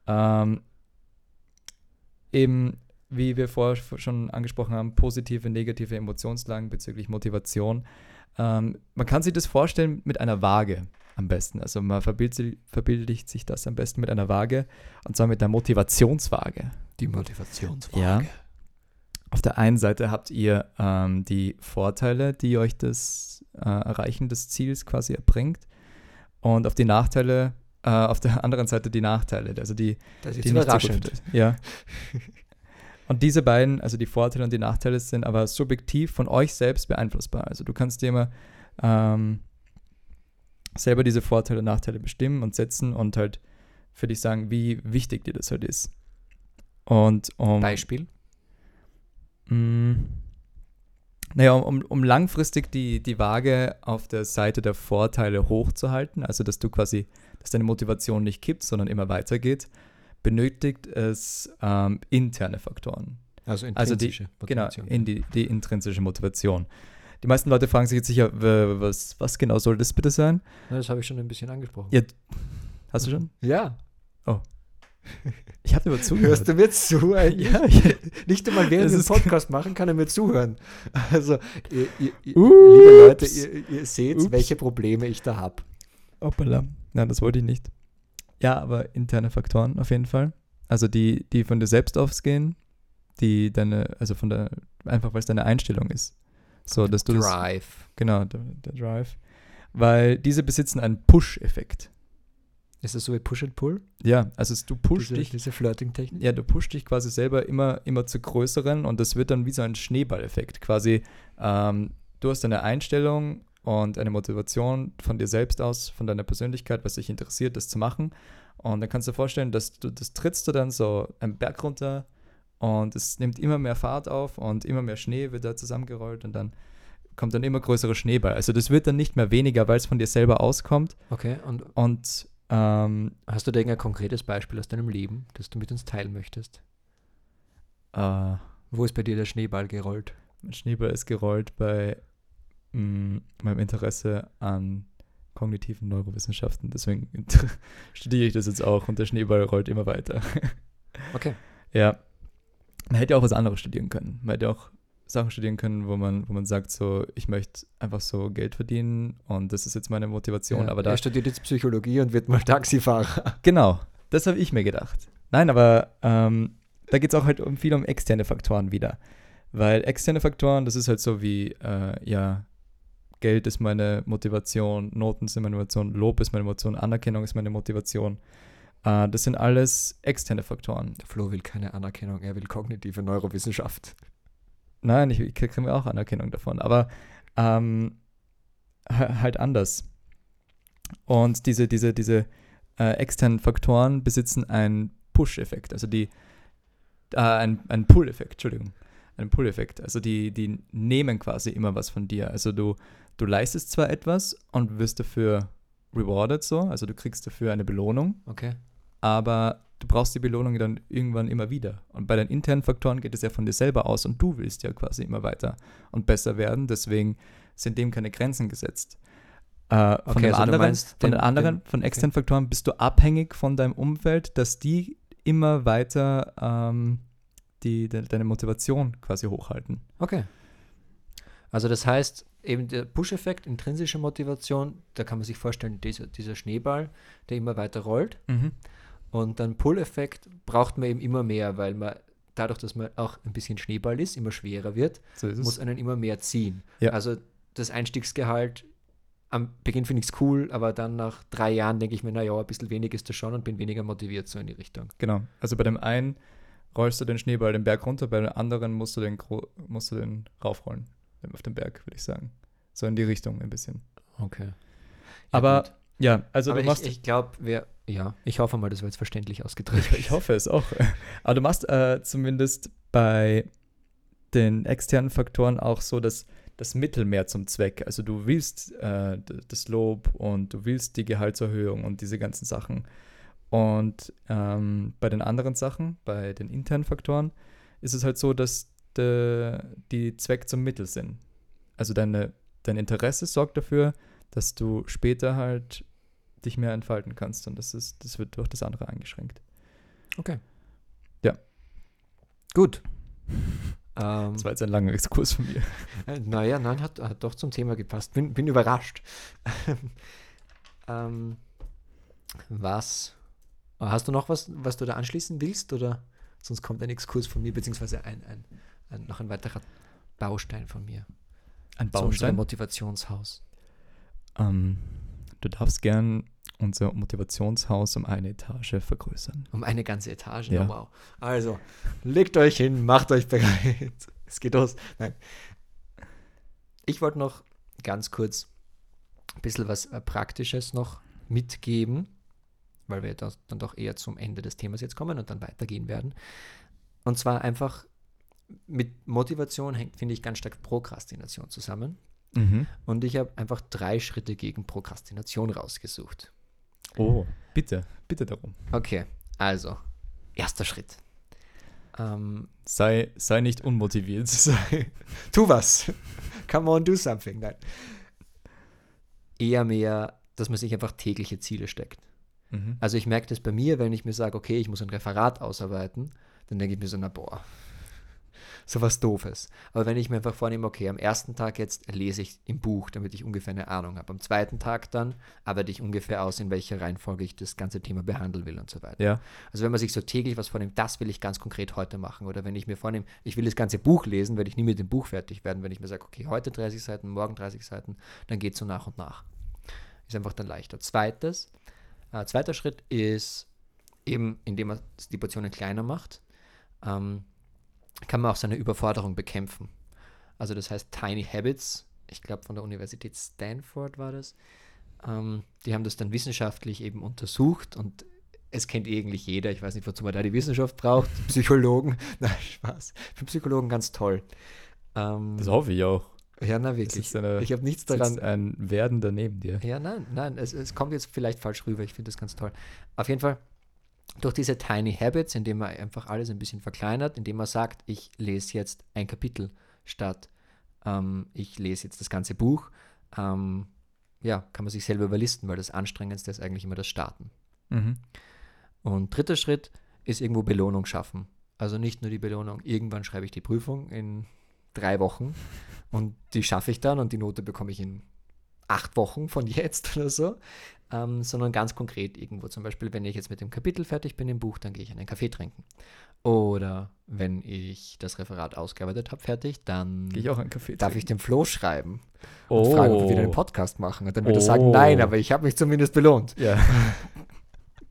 [SPEAKER 1] Ähm, eben, wie wir vorher schon angesprochen haben, positive, negative Emotionslagen bezüglich Motivation. Ähm, man kann sich das vorstellen mit einer Waage am besten. Also man verbildlich, verbildlicht sich das am besten mit einer Waage und zwar mit einer Motivationswaage.
[SPEAKER 2] Die Motivationswaage.
[SPEAKER 1] Ja. Auf der einen Seite habt ihr ähm, die Vorteile, die euch das äh, Erreichen des Ziels quasi erbringt und auf die Nachteile, äh, auf der anderen Seite die Nachteile, also die,
[SPEAKER 2] das
[SPEAKER 1] die
[SPEAKER 2] nicht so gut
[SPEAKER 1] ist. Ja. Und diese beiden, also die Vorteile und die Nachteile, sind aber subjektiv von euch selbst beeinflussbar. Also du kannst dir immer ähm, selber diese Vorteile und Nachteile bestimmen und setzen und halt für dich sagen, wie wichtig dir das halt ist. Und um,
[SPEAKER 2] Beispiel?
[SPEAKER 1] Mh, Mm. naja, um, um langfristig die, die Waage auf der Seite der Vorteile hochzuhalten, also dass du quasi, dass deine Motivation nicht kippt, sondern immer weitergeht, benötigt es ähm, interne Faktoren.
[SPEAKER 2] Also intrinsische
[SPEAKER 1] also die, Motivation. Genau, in die, die intrinsische Motivation. Die meisten Leute fragen sich jetzt sicher, was, was genau soll das bitte sein?
[SPEAKER 2] Na, das habe ich schon ein bisschen angesprochen.
[SPEAKER 1] Ja, hast du schon?
[SPEAKER 2] Ja.
[SPEAKER 1] Oh. Ich habe immer zugehört.
[SPEAKER 2] Hörst du mir zu? ja, Nicht einmal während wir einen Podcast machen, kann er mir zuhören. Also, ihr, ihr, ihr, liebe Leute, ihr, ihr seht, Ups. welche Probleme ich da habe.
[SPEAKER 1] Hoppala. Nein, das wollte ich nicht. Ja, aber interne Faktoren auf jeden Fall. Also die, die von dir selbst ausgehen, die deine, also von der, einfach weil es deine Einstellung ist. So, dass du
[SPEAKER 2] Drive.
[SPEAKER 1] Das, genau, der, der, Drive. Weil diese besitzen einen Push-Effekt.
[SPEAKER 2] Ist das so wie Push and Pull?
[SPEAKER 1] Ja, also du pushst
[SPEAKER 2] diese,
[SPEAKER 1] dich.
[SPEAKER 2] Diese Flirting-Technik?
[SPEAKER 1] Ja, du pushst dich quasi selber immer, immer zu größeren und das wird dann wie so ein Schneeball-Effekt. Quasi, ähm, du hast eine Einstellung und eine Motivation von dir selbst aus, von deiner Persönlichkeit, was dich interessiert, das zu machen. Und dann kannst du dir vorstellen, dass du, das trittst du dann so einen Berg runter und es nimmt immer mehr Fahrt auf und immer mehr Schnee wird da zusammengerollt und dann kommt dann immer größere Schneeball. Also das wird dann nicht mehr weniger, weil es von dir selber auskommt.
[SPEAKER 2] Okay, und,
[SPEAKER 1] und ähm,
[SPEAKER 2] hast du da irgendein konkretes Beispiel aus deinem Leben, das du mit uns teilen möchtest?
[SPEAKER 1] Äh,
[SPEAKER 2] Wo ist bei dir der Schneeball gerollt?
[SPEAKER 1] Mein Schneeball ist gerollt bei mh, meinem Interesse an kognitiven Neurowissenschaften. Deswegen studiere ich das jetzt auch und der Schneeball rollt immer weiter.
[SPEAKER 2] okay.
[SPEAKER 1] Ja, man hätte ja auch was anderes studieren können. Man hätte auch Sachen studieren können, wo man, wo man sagt, so, ich möchte einfach so Geld verdienen und das ist jetzt meine Motivation. Ja, aber da
[SPEAKER 2] er studiert jetzt Psychologie und wird mal Taxifahrer.
[SPEAKER 1] Genau, das habe ich mir gedacht. Nein, aber ähm, da geht es auch halt um, viel um externe Faktoren wieder. Weil externe Faktoren, das ist halt so wie, äh, ja, Geld ist meine Motivation, Noten sind meine Motivation, Lob ist meine Motivation, Anerkennung ist meine Motivation. Uh, das sind alles externe Faktoren.
[SPEAKER 2] Der Flo will keine Anerkennung, er will kognitive Neurowissenschaft.
[SPEAKER 1] Nein, ich, ich kriege mir auch Anerkennung davon, aber ähm, halt anders. Und diese, diese, diese äh, externen Faktoren besitzen einen Push-Effekt, also die, äh, einen Pull-Effekt, Entschuldigung, einen Pull-Effekt. Also die, die nehmen quasi immer was von dir. Also du, du leistest zwar etwas und wirst dafür rewarded so, also du kriegst dafür eine Belohnung.
[SPEAKER 2] Okay
[SPEAKER 1] aber du brauchst die Belohnung dann irgendwann immer wieder. Und bei den internen Faktoren geht es ja von dir selber aus und du willst ja quasi immer weiter und besser werden, deswegen sind dem keine Grenzen gesetzt. Äh, von,
[SPEAKER 2] Okay,
[SPEAKER 1] dem
[SPEAKER 2] also du
[SPEAKER 1] anderen,
[SPEAKER 2] meinst
[SPEAKER 1] von
[SPEAKER 2] den-
[SPEAKER 1] den anderen,
[SPEAKER 2] den-
[SPEAKER 1] von externen Faktoren bist du abhängig von deinem Umfeld, dass die immer weiter ähm, die, de, deine Motivation quasi hochhalten.
[SPEAKER 2] Okay. Also das heißt, eben der Push-Effekt, intrinsische Motivation, da kann man sich vorstellen, dieser, dieser Schneeball, der immer weiter rollt.
[SPEAKER 1] Mhm.
[SPEAKER 2] Und dann Pull-Effekt braucht man eben immer mehr, weil man dadurch, dass man auch ein bisschen Schneeball ist, immer schwerer wird,
[SPEAKER 1] So ist
[SPEAKER 2] muss
[SPEAKER 1] es.
[SPEAKER 2] einen immer mehr ziehen.
[SPEAKER 1] Ja.
[SPEAKER 2] Also das Einstiegsgehalt, am Beginn finde ich es cool, aber dann nach drei Jahren denke ich mir, naja, ein bisschen wenig ist das schon und bin weniger motiviert so in die Richtung.
[SPEAKER 1] Genau. Also bei dem einen rollst du den Schneeball den Berg runter, bei dem anderen musst du den, gro- musst du den raufrollen auf den Berg, würde ich sagen. So in die Richtung ein bisschen.
[SPEAKER 2] Okay. Ja,
[SPEAKER 1] Aber
[SPEAKER 2] gut.
[SPEAKER 1] ja, also
[SPEAKER 2] aber
[SPEAKER 1] du machst.
[SPEAKER 2] ich, ich glaube, wir, ja, ich hoffe mal, das war jetzt verständlich ausgedrückt.
[SPEAKER 1] Ich hoffe es auch. Aber du machst äh, zumindest bei den externen Faktoren auch so das, das Mittel mehr zum Zweck. Also du willst äh, d- das Lob und du willst die Gehaltserhöhung und diese ganzen Sachen. Und ähm, bei den anderen Sachen, bei den internen Faktoren, ist es halt so, dass de, die Zweck zum Mittel sind. Also deine, dein Interesse sorgt dafür, dass du später halt dich mehr entfalten kannst und das ist, das wird durch das andere eingeschränkt.
[SPEAKER 2] Gut. Ähm,
[SPEAKER 1] Das war jetzt ein langer Exkurs von mir.
[SPEAKER 2] äh, naja, nein, hat, hat doch zum Thema gepasst. Bin, bin überrascht. ähm, was? Äh, Hast du noch was, was du da anschließen willst? Oder sonst kommt ein Exkurs von mir, beziehungsweise ein, ein, ein, noch ein weiterer Baustein von mir.
[SPEAKER 1] Ein
[SPEAKER 2] Zu unserem Motivationshaus.
[SPEAKER 1] Ähm, du darfst gern unser Motivationshaus um eine Etage vergrößern.
[SPEAKER 2] Um eine ganze Etage.
[SPEAKER 1] Ja.
[SPEAKER 2] Oh, wow. Also, legt euch hin, macht euch bereit. Es geht los. Nein. Ich wollte noch ganz kurz ein bisschen was äh, Praktisches noch mitgeben, weil wir das dann doch eher zum Ende des Themas jetzt kommen und dann weitergehen werden. Und zwar einfach mit Motivation hängt, finde ich, ganz stark Prokrastination zusammen. Und ich habe einfach drei Schritte gegen Prokrastination rausgesucht.
[SPEAKER 1] Oh, bitte, bitte darum.
[SPEAKER 2] Okay, also, erster Schritt. Ähm,
[SPEAKER 1] Sei, sei nicht unmotiviert.
[SPEAKER 2] tu was. Come on, do something. Nein. Eher mehr, dass man sich einfach tägliche Ziele steckt.
[SPEAKER 1] Mhm.
[SPEAKER 2] Also ich merke das bei mir, wenn ich mir sage, okay, ich muss ein Referat ausarbeiten, dann denke ich mir so, na boah, so was Doofes. Aber wenn ich mir einfach vornehme, okay, am ersten Tag jetzt lese ich im Buch, damit ich ungefähr eine Ahnung habe. Am zweiten Tag dann arbeite ich ungefähr aus, in welcher Reihenfolge ich das ganze Thema behandeln will und so weiter.
[SPEAKER 1] Ja,
[SPEAKER 2] Also wenn man sich so täglich was vornimmt, das will ich ganz konkret heute machen. Oder wenn ich mir vornehme, ich will das ganze Buch lesen, werde ich nie mit dem Buch fertig werden. Wenn ich mir sage, okay, heute 30 Seiten, morgen 30 Seiten, dann geht es so nach und nach. Ist einfach dann leichter. Zweites, äh, zweiter Schritt ist eben, indem man die Portionen kleiner macht, ähm, kann man auch seine Überforderung bekämpfen. Also das heißt Tiny Habits, ich glaube von der Universität Stanford war das, ähm, die haben das dann wissenschaftlich eben untersucht und es kennt eigentlich jeder. Ich weiß nicht, wozu man da die Wissenschaft braucht. Psychologen. Nein, Spaß. Für Psychologen ganz toll. Ähm,
[SPEAKER 1] das hoffe ich auch.
[SPEAKER 2] ja, na
[SPEAKER 1] Es
[SPEAKER 2] wirklich.
[SPEAKER 1] ist eine,
[SPEAKER 2] Ich habe nichts
[SPEAKER 1] daran
[SPEAKER 2] daran.
[SPEAKER 1] sitzt ein Werdender neben dir.
[SPEAKER 2] Ja, nein, nein. Es, es kommt jetzt vielleicht falsch rüber. Ich finde das ganz toll. Auf jeden Fall durch diese Tiny Habits, indem man einfach alles ein bisschen verkleinert, indem man sagt, ich lese jetzt ein Kapitel statt ähm, ich lese jetzt das ganze Buch. Ähm, ja, kann man sich selber überlisten, weil das Anstrengendste ist eigentlich immer das Starten.
[SPEAKER 1] Mhm.
[SPEAKER 2] Und dritter Schritt ist irgendwo Belohnung schaffen. Also nicht nur die Belohnung, irgendwann schreibe ich die Prüfung in drei Wochen und die schaffe ich dann und die Note bekomme ich in acht Wochen von jetzt oder so, ähm, sondern ganz konkret irgendwo. Zum Beispiel, wenn ich jetzt mit dem Kapitel fertig bin im Buch, dann gehe ich einen Kaffee trinken. Oder wenn ich das Referat ausgearbeitet habe, fertig, dann
[SPEAKER 1] Gehe ich auch einen Kaffee
[SPEAKER 2] darf ich
[SPEAKER 1] trinken?
[SPEAKER 2] dem Flo schreiben und
[SPEAKER 1] oh.
[SPEAKER 2] fragen, ob wir wieder einen Podcast machen. Und dann wird er sagen,
[SPEAKER 1] Oh.
[SPEAKER 2] nein, aber ich habe mich zumindest belohnt.
[SPEAKER 1] Ja,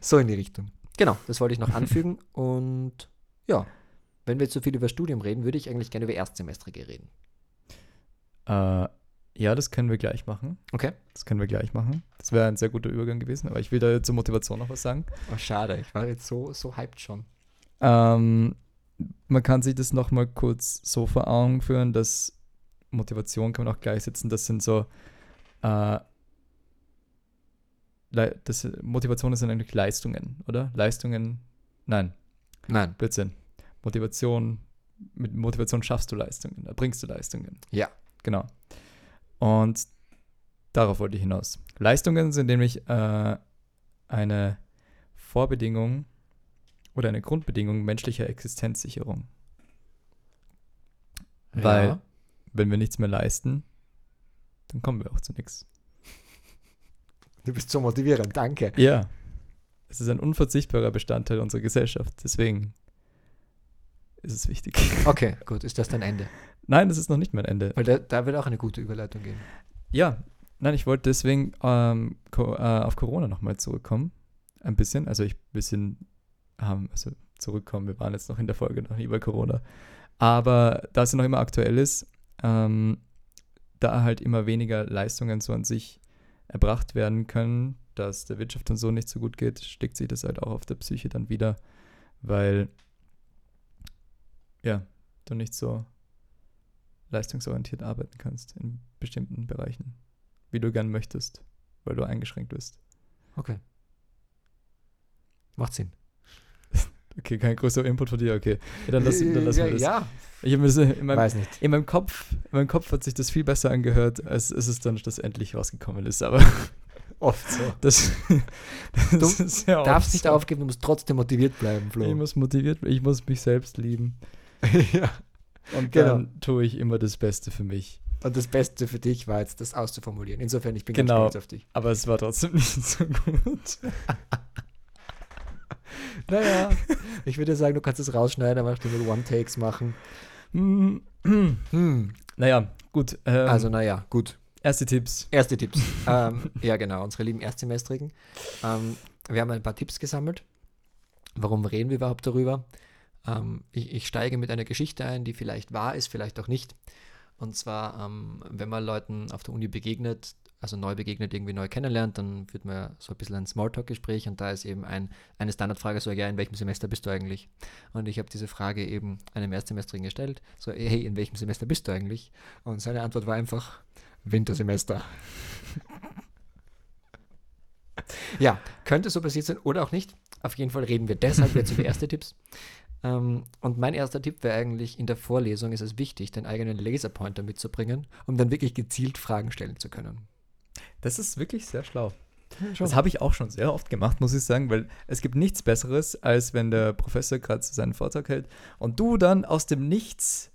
[SPEAKER 2] So in die Richtung. Genau, das wollte ich noch anfügen. Und ja, wenn wir jetzt so viel über Studium reden, würde ich eigentlich gerne über Erstsemestrige reden.
[SPEAKER 1] äh, ja, das können wir gleich machen.
[SPEAKER 2] Okay.
[SPEAKER 1] Das können wir gleich machen. Das wäre ein sehr guter Übergang gewesen, aber ich will da zur Motivation noch was sagen.
[SPEAKER 2] Oh, schade, ich war jetzt so, so hyped schon.
[SPEAKER 1] Ähm, man kann sich das nochmal kurz so vor Augen führen, dass Motivation kann man auch gleichsetzen, das sind so äh, Lei- das, Motivation sind eigentlich Leistungen, oder? Leistungen, nein,
[SPEAKER 2] Nein.
[SPEAKER 1] Blödsinn. Motivation, mit Motivation schaffst du Leistungen, erbringst du Leistungen.
[SPEAKER 2] Ja.
[SPEAKER 1] Genau. Und Darauf wollte ich hinaus. Leistungen sind nämlich äh, eine Vorbedingung oder eine Grundbedingung menschlicher Existenzsicherung. Weil,
[SPEAKER 2] Ja.
[SPEAKER 1] wenn wir nichts mehr leisten, dann kommen wir auch zu nichts.
[SPEAKER 2] Du bist so motivierend, danke.
[SPEAKER 1] Ja. Es ist ein unverzichtbarer Bestandteil unserer Gesellschaft. Deswegen ist es wichtig.
[SPEAKER 2] Okay, gut, ist das dein Ende?
[SPEAKER 1] Nein, das ist noch nicht mein Ende.
[SPEAKER 2] Weil da, da wird auch eine gute Überleitung geben.
[SPEAKER 1] Ja, nein, ich wollte deswegen ähm, Co äh, auf Corona nochmal zurückkommen. Ein bisschen, also ich ein bisschen ähm, also zurückkommen. Wir waren jetzt noch in der Folge noch nie bei Corona. Aber da es ja noch immer aktuell ist, ähm, da halt immer weniger Leistungen so an sich erbracht werden können, dass der Wirtschaft und so nicht so gut geht, steckt sich das halt auch auf der Psyche dann wieder, weil ja, du nicht so leistungsorientiert arbeiten kannst in bestimmten Bereichen, wie du gern möchtest, weil du eingeschränkt bist.
[SPEAKER 2] Okay. Macht Sinn.
[SPEAKER 1] Okay, kein größerer Input von dir, okay. Ja, dann lass, dann lass
[SPEAKER 2] ja,
[SPEAKER 1] mir das.
[SPEAKER 2] ja,
[SPEAKER 1] Ich hab mir das in, meinem,
[SPEAKER 2] weiß nicht.
[SPEAKER 1] in, meinem Kopf, in meinem Kopf hat sich das viel besser angehört, als es ist dann schlussendlich rausgekommen ist, aber
[SPEAKER 2] Oft so.
[SPEAKER 1] das, das ist ja
[SPEAKER 2] Du darfst nicht aufgeben, du musst trotzdem motiviert bleiben, Flo.
[SPEAKER 1] Ich muss motiviert, ich muss mich selbst lieben
[SPEAKER 2] ja.
[SPEAKER 1] und
[SPEAKER 2] Genau.
[SPEAKER 1] dann tue ich immer das Beste für mich.
[SPEAKER 2] Und das Beste für dich war jetzt, das auszuformulieren. Insofern, ich bin
[SPEAKER 1] Genau.
[SPEAKER 2] ganz stolz auf dich.
[SPEAKER 1] Aber es war trotzdem nicht so gut.
[SPEAKER 2] Naja, ich würde sagen, du kannst es rausschneiden, aber nachdem wir One-Takes machen.
[SPEAKER 1] Hm, hm.
[SPEAKER 2] Hm.
[SPEAKER 1] naja, gut. Ähm,
[SPEAKER 2] Also, naja, gut.
[SPEAKER 1] erste Tipps.
[SPEAKER 2] Erste Tipps. ähm, ja, genau, unsere lieben Erstsemestrigen. Ähm, wir haben ein paar Tipps gesammelt. Warum reden wir überhaupt darüber? Ähm, ich, ich steige mit einer Geschichte ein, die vielleicht wahr ist, vielleicht auch nicht. Und zwar, ähm, wenn man Leuten auf der Uni begegnet, also neu begegnet, irgendwie neu kennenlernt, dann führt man ja so ein bisschen ein Smalltalk-Gespräch und da ist eben ein, eine Standardfrage so, ja, in welchem Semester bist du eigentlich? Und ich habe diese Frage eben einem Erstsemestrigen gestellt, so, hey, in welchem Semester bist du eigentlich? Und seine Antwort war einfach, Wintersemester. ja, könnte so passiert sein oder auch nicht. Auf jeden Fall reden wir deshalb jetzt über erste Tipps. Ähm, und mein erster Tipp wäre eigentlich, in der Vorlesung ist es wichtig, den eigenen Laserpointer mitzubringen, um dann wirklich gezielt Fragen stellen zu können.
[SPEAKER 1] Das ist wirklich sehr schlau.
[SPEAKER 2] Schon.
[SPEAKER 1] Das habe ich auch schon sehr oft gemacht, muss ich sagen, weil es gibt nichts Besseres, als wenn der Professor gerade so seinen Vortrag hält und du dann aus dem Nichts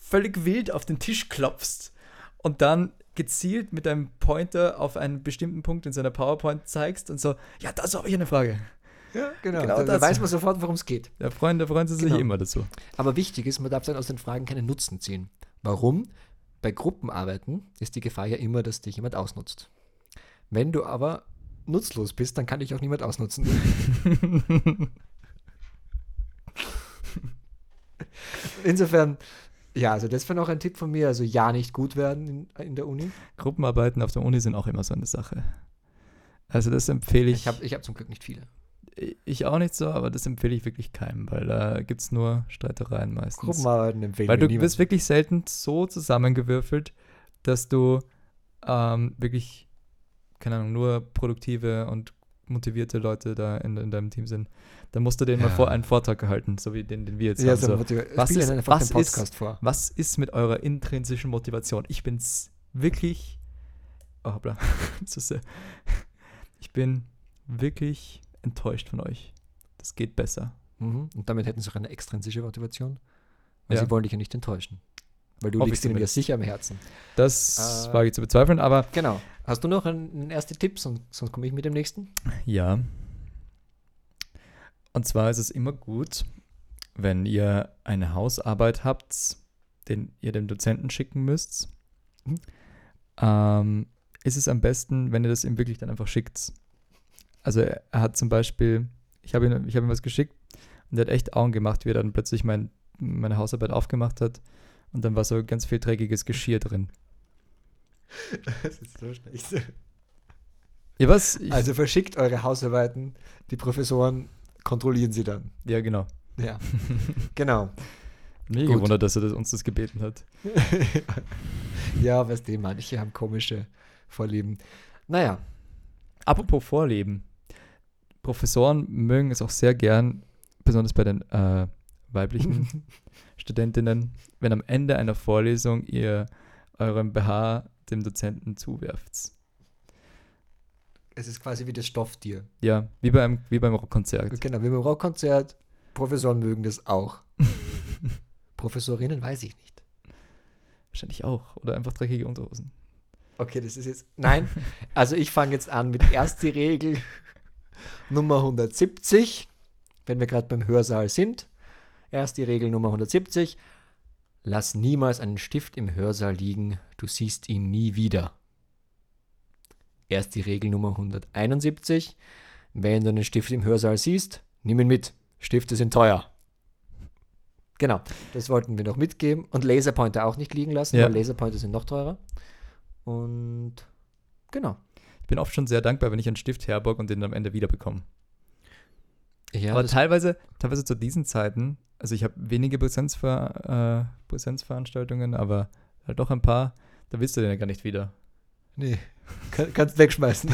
[SPEAKER 1] völlig wild auf den Tisch klopfst und dann gezielt mit deinem Pointer auf einen bestimmten Punkt in seiner PowerPoint zeigst und so, ja, dazu habe ich eine Frage.
[SPEAKER 2] Ja, genau.
[SPEAKER 1] Genau
[SPEAKER 2] da, da
[SPEAKER 1] das.
[SPEAKER 2] weiß man sofort, worum es geht.
[SPEAKER 1] Da freuen, da freuen sie sich
[SPEAKER 2] Genau.
[SPEAKER 1] immer dazu.
[SPEAKER 2] Aber wichtig ist, man darf dann aus den Fragen keinen Nutzen ziehen. Warum? Bei Gruppenarbeiten ist die Gefahr ja immer, dass dich jemand ausnutzt. Wenn du aber nutzlos bist, dann kann dich auch niemand ausnutzen. Insofern, ja, also das wäre noch ein Tipp von mir. Also ja, nicht gut werden in, in der Uni.
[SPEAKER 1] Gruppenarbeiten auf der Uni sind auch immer so eine Sache. Also das empfehle ich,
[SPEAKER 2] Ich habe ich hab zum Glück nicht viele.
[SPEAKER 1] ich auch nicht so, aber das empfehle ich wirklich keinem, weil da gibt es nur Streitereien meistens.
[SPEAKER 2] Gruppenarbeiten empfehlen
[SPEAKER 1] Weil du
[SPEAKER 2] wir niemandem.
[SPEAKER 1] wirst wirklich selten so zusammengewürfelt, dass du ähm, wirklich, keine Ahnung, nur produktive und motivierte Leute da in, in deinem Team sind. Dann musst du denen mal
[SPEAKER 2] Ja.
[SPEAKER 1] vor einen Vortrag halten, so wie den, den wir jetzt
[SPEAKER 2] ja,
[SPEAKER 1] haben.
[SPEAKER 2] so
[SPEAKER 1] So.
[SPEAKER 2] motiv-
[SPEAKER 1] was
[SPEAKER 2] spiel
[SPEAKER 1] ist-
[SPEAKER 2] ihnen einfach
[SPEAKER 1] was
[SPEAKER 2] den Podcast vor.
[SPEAKER 1] Was ist mit eurer intrinsischen Motivation? Ich bin's wirklich. Oh, hoppla. zu sehr. ich bin wirklich enttäuscht von euch. Das geht besser.
[SPEAKER 2] Mhm. Und damit hätten sie auch eine extrinsische Motivation. Weil
[SPEAKER 1] Ja.
[SPEAKER 2] sie wollen dich ja nicht enttäuschen. Weil du
[SPEAKER 1] Hoffe
[SPEAKER 2] liegst
[SPEAKER 1] ich
[SPEAKER 2] ihnen ja
[SPEAKER 1] zumindest.
[SPEAKER 2] sicher am Herzen.
[SPEAKER 1] Das
[SPEAKER 2] Äh.
[SPEAKER 1] wage ich zu bezweifeln, aber
[SPEAKER 2] Genau. Hast du noch einen, einen ersten Tipp, sonst, sonst komme ich mit dem nächsten?
[SPEAKER 1] Ja. Und zwar ist es immer gut, wenn ihr eine Hausarbeit habt, den ihr dem Dozenten schicken müsst.
[SPEAKER 2] Mhm.
[SPEAKER 1] Ähm, ist es am besten, wenn ihr das ihm wirklich dann einfach schickt. Also er er hat zum Beispiel, ich habe ihm, ich hab ihm was geschickt und er hat echt Augen gemacht, wie er dann plötzlich mein, meine Hausarbeit aufgemacht hat und dann war so ganz viel dreckiges Geschirr drin.
[SPEAKER 2] Das ist so schlecht.
[SPEAKER 1] Ja, was? Ich,
[SPEAKER 2] Also verschickt eure Hausarbeiten, die Professoren kontrollieren sie dann.
[SPEAKER 1] ja, genau.
[SPEAKER 2] Ja. genau.
[SPEAKER 1] Mir
[SPEAKER 2] Gut.
[SPEAKER 1] gewundert, dass er das, uns das gebeten hat.
[SPEAKER 2] ja, weißt du, manche haben komische Vorlieben. Naja,
[SPEAKER 1] Apropos Vorleben. Professoren mögen es auch sehr gern, besonders bei den äh, weiblichen Studentinnen, wenn am Ende einer Vorlesung ihr euren BH dem Dozenten zuwerft.
[SPEAKER 2] Es ist quasi wie das Stofftier.
[SPEAKER 1] Ja, wie beim, wie beim Rockkonzert.
[SPEAKER 2] Genau, wie beim Rockkonzert. Professoren mögen das auch. Professorinnen weiß ich nicht.
[SPEAKER 1] Wahrscheinlich auch. Oder einfach dreckige Unterhosen.
[SPEAKER 2] Okay, das ist jetzt. Nein, also ich fange jetzt an mit erst die Regel Nummer 170, wenn wir gerade beim Hörsaal sind. Erst die Regel Nummer 170. Lass niemals einen Stift im Hörsaal liegen, du siehst ihn nie wieder. Erst die Regel Nummer 171. Wenn du einen Stift im Hörsaal siehst, nimm ihn mit. Stifte sind teuer. Genau, das wollten wir noch mitgeben. Und Laserpointer auch nicht liegen lassen,
[SPEAKER 1] Ja.
[SPEAKER 2] weil Laserpointer sind noch teurer. Und genau.
[SPEAKER 1] Ich bin oft schon sehr dankbar, wenn ich einen Stift herborg und den am Ende wiederbekomme.
[SPEAKER 2] Ja,
[SPEAKER 1] Aber
[SPEAKER 2] das-
[SPEAKER 1] teilweise, teilweise zu diesen Zeiten, also ich habe wenige Präsenzver äh, Präsenzveranstaltungen, aber halt doch ein paar, da willst du den ja gar nicht wieder.
[SPEAKER 2] nee, kann, kannst wegschmeißen.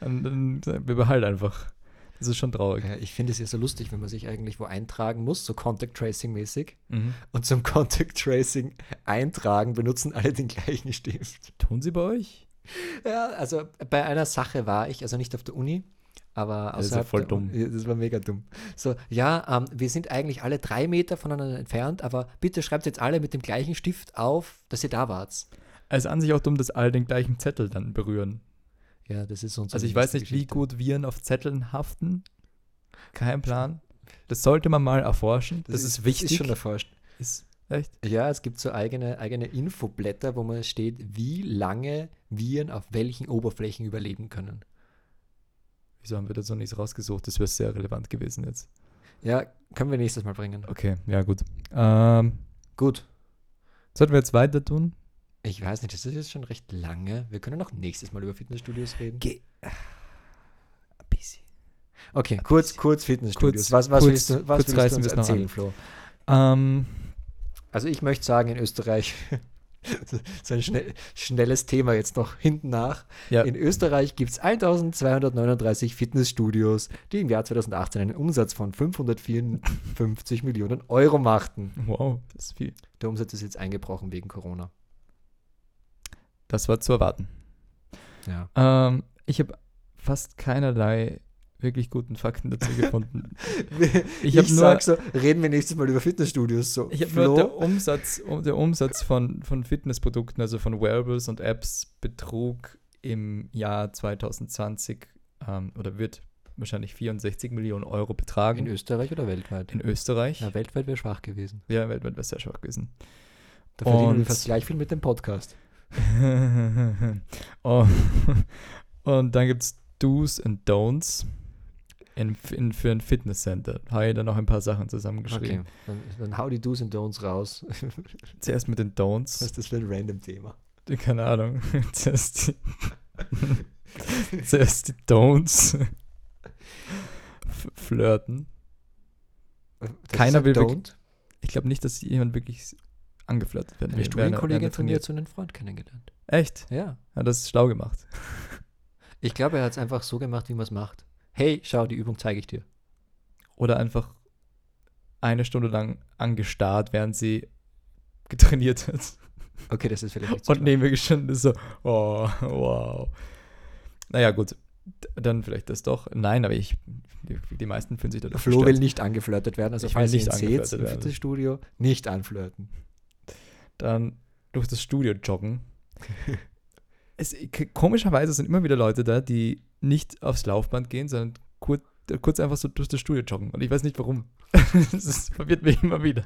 [SPEAKER 1] und, dann wir behalten einfach. Das ist schon traurig.
[SPEAKER 2] Ja, ich finde es ja so lustig, wenn man sich eigentlich wo eintragen muss, so Contact Tracing mäßig.
[SPEAKER 1] Mhm.
[SPEAKER 2] Und zum Contact Tracing eintragen benutzen alle den gleichen Stift.
[SPEAKER 1] Tun sie bei euch?
[SPEAKER 2] Ja, also bei einer Sache war ich, also nicht auf der Uni, aber
[SPEAKER 1] Das ist ja
[SPEAKER 2] außerhalb
[SPEAKER 1] voll
[SPEAKER 2] der
[SPEAKER 1] dumm.
[SPEAKER 2] Uni- Das war mega dumm. So, ja, ähm, wir sind eigentlich alle drei Meter voneinander entfernt, aber bitte schreibt jetzt alle mit dem gleichen Stift auf, dass ihr da wart.
[SPEAKER 1] Also an sich auch dumm, dass alle den gleichen Zettel dann berühren.
[SPEAKER 2] Ja, das ist uns.
[SPEAKER 1] Also ich weiß nicht, wie gut Viren auf Zetteln haften. Kein Plan. Das sollte man mal erforschen. Das, ist, wichtig.
[SPEAKER 2] Ist schon erforscht.
[SPEAKER 1] Ist- echt?
[SPEAKER 2] Ja, es gibt so eigene, eigene Infoblätter, wo man steht, wie lange Viren auf welchen Oberflächen überleben können.
[SPEAKER 1] Wieso haben wir das noch nicht rausgesucht? Das wäre sehr relevant gewesen jetzt.
[SPEAKER 2] Ja, können wir nächstes Mal bringen.
[SPEAKER 1] Okay, ja gut. Ähm,
[SPEAKER 2] Gut.
[SPEAKER 1] sollten wir jetzt weiter tun?
[SPEAKER 2] Ich weiß nicht, das ist jetzt schon recht lange. Wir können auch nächstes Mal über Fitnessstudios reden.
[SPEAKER 1] Ge Ein bisschen.
[SPEAKER 2] Okay, kurz, kurz Fitnessstudios.
[SPEAKER 1] Kurz-
[SPEAKER 2] was was
[SPEAKER 1] kurz-
[SPEAKER 2] willst du, was
[SPEAKER 1] kurz
[SPEAKER 2] willst du
[SPEAKER 1] reißen
[SPEAKER 2] uns
[SPEAKER 1] wir's noch an.
[SPEAKER 2] erzählen, Flo?
[SPEAKER 1] Ähm,
[SPEAKER 2] Also ich möchte sagen, in Österreich, so ein schnell, schnelles Thema jetzt noch hinten nach.
[SPEAKER 1] ja,
[SPEAKER 2] In Österreich gibt es 1239 Fitnessstudios, die im Jahr 2018 einen Umsatz von 554 Millionen Euro machten.
[SPEAKER 1] wow, das ist viel.
[SPEAKER 2] Der Umsatz ist jetzt eingebrochen wegen Corona.
[SPEAKER 1] Das war zu erwarten.
[SPEAKER 2] Ja.
[SPEAKER 1] Ähm, ich habe fast keinerlei wirklich guten Fakten dazu gefunden.
[SPEAKER 2] Ich,
[SPEAKER 1] Ich hab nur-
[SPEAKER 2] sag so, reden wir nächstes Mal über Fitnessstudios. So.
[SPEAKER 1] Ich habe nur der Umsatz, um- der Umsatz von, von Fitnessprodukten, also von Wearables und Apps, betrug im Jahr 2020 ähm, oder wird wahrscheinlich 64 Millionen Euro betragen
[SPEAKER 2] in
[SPEAKER 1] in,
[SPEAKER 2] Österreich oder weltweit?
[SPEAKER 1] Österreich.
[SPEAKER 2] ja, weltweit wäre schwach gewesen.
[SPEAKER 1] Ja, weltweit wäre sehr schwach gewesen.
[SPEAKER 2] Da verdienen wir
[SPEAKER 1] Und-
[SPEAKER 2] fast gleich viel mit dem Podcast.
[SPEAKER 1] oh. Und dann gibt es Do's und Don'ts in, in, für ein Fitnesscenter. Habe ich dann noch ein paar Sachen zusammengeschrieben.
[SPEAKER 2] Okay, dann, dann hau die Do's und Don'ts raus.
[SPEAKER 1] Zuerst mit den
[SPEAKER 2] Was
[SPEAKER 1] Don'ts.
[SPEAKER 2] ist das für ein random Thema?
[SPEAKER 1] Keine Ahnung. Zuerst die, zuerst die Don'ts. F- Flirten.
[SPEAKER 2] Das
[SPEAKER 1] Keiner
[SPEAKER 2] ist ein
[SPEAKER 1] will wirklich-
[SPEAKER 2] Don't.
[SPEAKER 1] Ich glaube nicht, dass jemand wirklich angeflirtet werden will,
[SPEAKER 2] Eine
[SPEAKER 1] während er-
[SPEAKER 2] Studienkollegin
[SPEAKER 1] während er
[SPEAKER 2] von mir hat so einen Freund kennengelernt.
[SPEAKER 1] Echt?
[SPEAKER 2] Ja.
[SPEAKER 1] Ja, das ist schlau gemacht.
[SPEAKER 2] Ich glaube, er hat es einfach so gemacht, wie man es macht. Hey, schau, die Übung zeige ich dir.
[SPEAKER 1] Oder einfach eine Stunde lang angestarrt, während sie getrainiert hat.
[SPEAKER 2] Okay, das ist vielleicht nicht so
[SPEAKER 1] Und neben mir gestanden ist so, oh, wow. Naja, gut. D- Dann vielleicht das doch. Nein, aber ich, die, die meisten fühlen sich da doch
[SPEAKER 2] Flo will
[SPEAKER 1] gestört.
[SPEAKER 2] nicht angeflirtet werden, also
[SPEAKER 1] Ich will
[SPEAKER 2] falls ihr
[SPEAKER 1] nicht
[SPEAKER 2] ihn seht
[SPEAKER 1] angeflirtet
[SPEAKER 2] im
[SPEAKER 1] werden.
[SPEAKER 2] Fitnessstudio, nicht anflirten.
[SPEAKER 1] Dann durch das Studio joggen. es, k- komischerweise sind immer wieder Leute da, die nicht aufs Laufband gehen, sondern kurz, kurz einfach so durch das Studio joggen. Und ich weiß nicht warum. das ist- verwirrt mich immer wieder.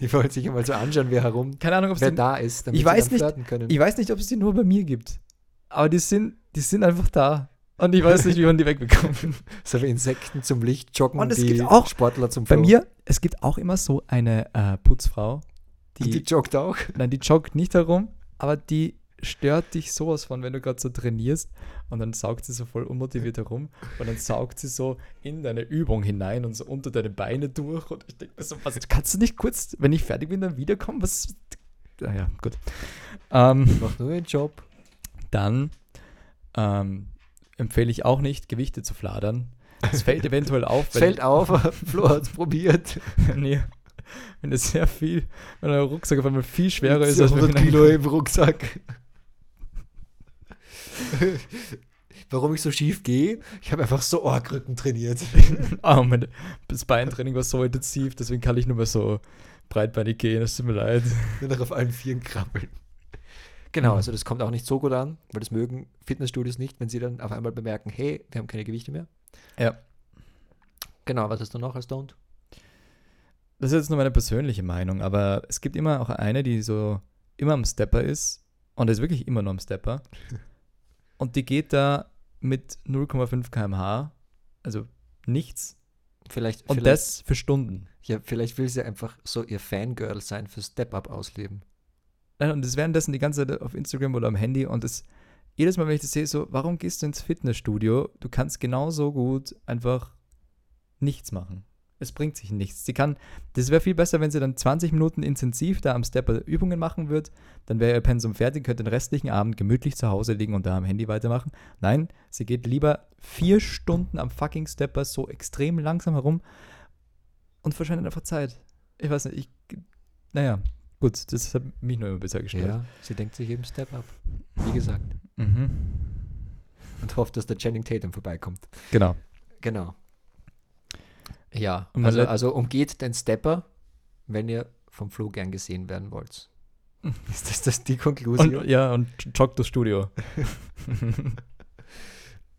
[SPEAKER 2] Die wollen sich einmal so anschauen, wer herum,
[SPEAKER 1] Keine Ahnung, ob es
[SPEAKER 2] wer
[SPEAKER 1] die,
[SPEAKER 2] da ist, damit
[SPEAKER 1] Ich weiß
[SPEAKER 2] sie dann
[SPEAKER 1] nicht,
[SPEAKER 2] flirten können.
[SPEAKER 1] ich weiß nicht, ob es die nur bei mir gibt. Aber die sind, die sind einfach da. Und ich weiß nicht, wie man die wegbekommt.
[SPEAKER 2] so wie Insekten zum Licht joggen
[SPEAKER 1] Und es
[SPEAKER 2] die
[SPEAKER 1] gibt auch-
[SPEAKER 2] Sportler zum
[SPEAKER 1] Bei
[SPEAKER 2] Flo.
[SPEAKER 1] mir, es gibt auch immer so eine äh, Putzfrau, die,
[SPEAKER 2] Die, die joggt auch.
[SPEAKER 1] nein, die joggt nicht herum, aber die stört dich sowas von, wenn du gerade so trainierst und dann saugt sie so voll unmotiviert herum und dann saugt sie so in deine Übung hinein und so unter deine Beine durch und ich denke mir so, was, kannst du nicht kurz, wenn ich fertig bin, dann wiederkommen? Was? Naja, gut. Ähm,
[SPEAKER 2] Macht nur ihren Job.
[SPEAKER 1] dann ähm, empfehle ich auch nicht, Gewichte zu fladern. Es fällt eventuell auf,
[SPEAKER 2] Es fällt auf, Flo hat es probiert.
[SPEAKER 1] Nee. Wenn es sehr viel, wenn euer Rucksack auf einmal viel schwerer ist, als wir
[SPEAKER 2] 100
[SPEAKER 1] hinein-
[SPEAKER 2] Kilo im Rucksack. Warum ich so schief gehe? Ich habe einfach so Orgrücken trainiert.
[SPEAKER 1] oh, mein, das Beintraining war so intensiv, deswegen kann ich nur mehr so breitbeinig gehen, es tut mir leid.
[SPEAKER 2] Nur noch auf allen Vieren krabbeln. Genau, also das kommt auch nicht so gut an, weil das mögen Fitnessstudios nicht, wenn sie dann auf einmal bemerken, hey, wir haben keine Gewichte mehr.
[SPEAKER 1] Ja.
[SPEAKER 2] Genau, was hast du noch als Don't?
[SPEAKER 1] Das ist jetzt nur meine persönliche Meinung, aber es gibt immer auch eine, die so immer am Stepper ist und ist wirklich immer nur am Stepper. und die geht da mit 0,5 km/h, also nichts.
[SPEAKER 2] Vielleicht,
[SPEAKER 1] Und
[SPEAKER 2] vielleicht,
[SPEAKER 1] das für Stunden.
[SPEAKER 2] ja, vielleicht will sie einfach so ihr Fangirl sein für Step-Up ausleben.
[SPEAKER 1] Nein, und das währenddessen die ganze Zeit auf Instagram oder am Handy und das jedes Mal, wenn ich das sehe, so, warum gehst du ins Fitnessstudio? Du kannst genauso gut einfach nichts machen. Es bringt sich nichts. Sie kann, das wäre viel besser, wenn sie dann 20 Minuten intensiv da am Stepper Übungen machen wird, dann wäre ihr Pensum fertig, könnte den restlichen Abend gemütlich zu Hause liegen und da am Handy weitermachen. Nein, sie geht lieber vier Stunden am fucking Stepper so extrem langsam herum und verschwendet einfach Zeit. Ich weiß nicht, ich, naja, gut, das hat mich nur immer besser gestellt.
[SPEAKER 2] Ja, sie denkt sich eben Step-Up. Wie gesagt.
[SPEAKER 1] Mhm.
[SPEAKER 2] Und hofft, dass der Channing Tatum vorbeikommt.
[SPEAKER 1] Genau.
[SPEAKER 2] Genau. Ja,
[SPEAKER 1] Und man
[SPEAKER 2] also,
[SPEAKER 1] lädt-
[SPEAKER 2] also umgeht den Stepper, wenn ihr vom Flo gern gesehen werden wollt. Ist das, das die
[SPEAKER 1] Und,
[SPEAKER 2] Konklusion?
[SPEAKER 1] ja, und joggt das Studio.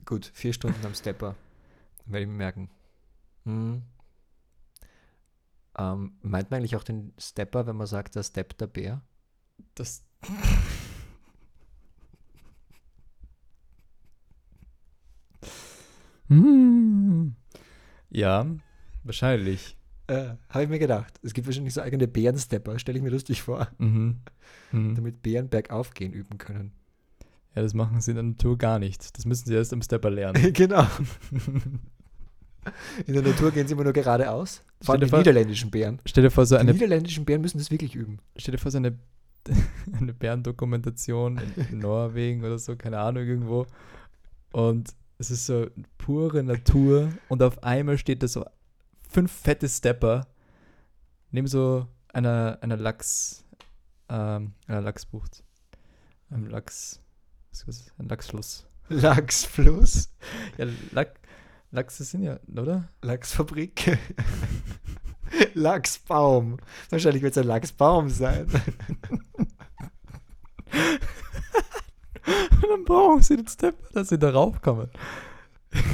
[SPEAKER 2] Gut, vier Stunden am Stepper. Werde ich mir merken. Hm. Ähm, meint man eigentlich auch den Stepper, wenn man sagt, da steppt der Bär?
[SPEAKER 1] Das. Hm. ja, wahrscheinlich.
[SPEAKER 2] Äh, Habe ich mir gedacht. Es gibt wahrscheinlich so eigene Bärenstepper, stelle ich mir lustig vor,
[SPEAKER 1] Mhm. Mhm.
[SPEAKER 2] damit Bären bergauf gehen üben können.
[SPEAKER 1] Ja, das machen sie in der Natur gar nicht. Das müssen sie erst im Stepper lernen.
[SPEAKER 2] genau. In der Natur gehen sie immer nur geradeaus. Vor allem
[SPEAKER 1] dir
[SPEAKER 2] die
[SPEAKER 1] vor-
[SPEAKER 2] niederländischen Bären.
[SPEAKER 1] Stell dir vor, so
[SPEAKER 2] Die
[SPEAKER 1] eine,
[SPEAKER 2] niederländischen Bären müssen das wirklich üben.
[SPEAKER 1] stell dir vor, so eine, eine Bärendokumentation in Norwegen oder so, keine Ahnung, irgendwo. Und es ist so pure Natur und auf einmal steht da so fünf fette Stepper neben so einer, einer Lachs, ähm, einer Lachsbucht. Einem Lachs, was ist das? Ein Lachsfluss.
[SPEAKER 2] Lachsfluss,
[SPEAKER 1] Ja, Lach, Lachse sind ja, oder?
[SPEAKER 2] Lachsfabrik, Lachsbaum. Wahrscheinlich wird es ein Lachsbaum sein.
[SPEAKER 1] Und dann brauchen sie den Stepper, dass sie da raufkommen.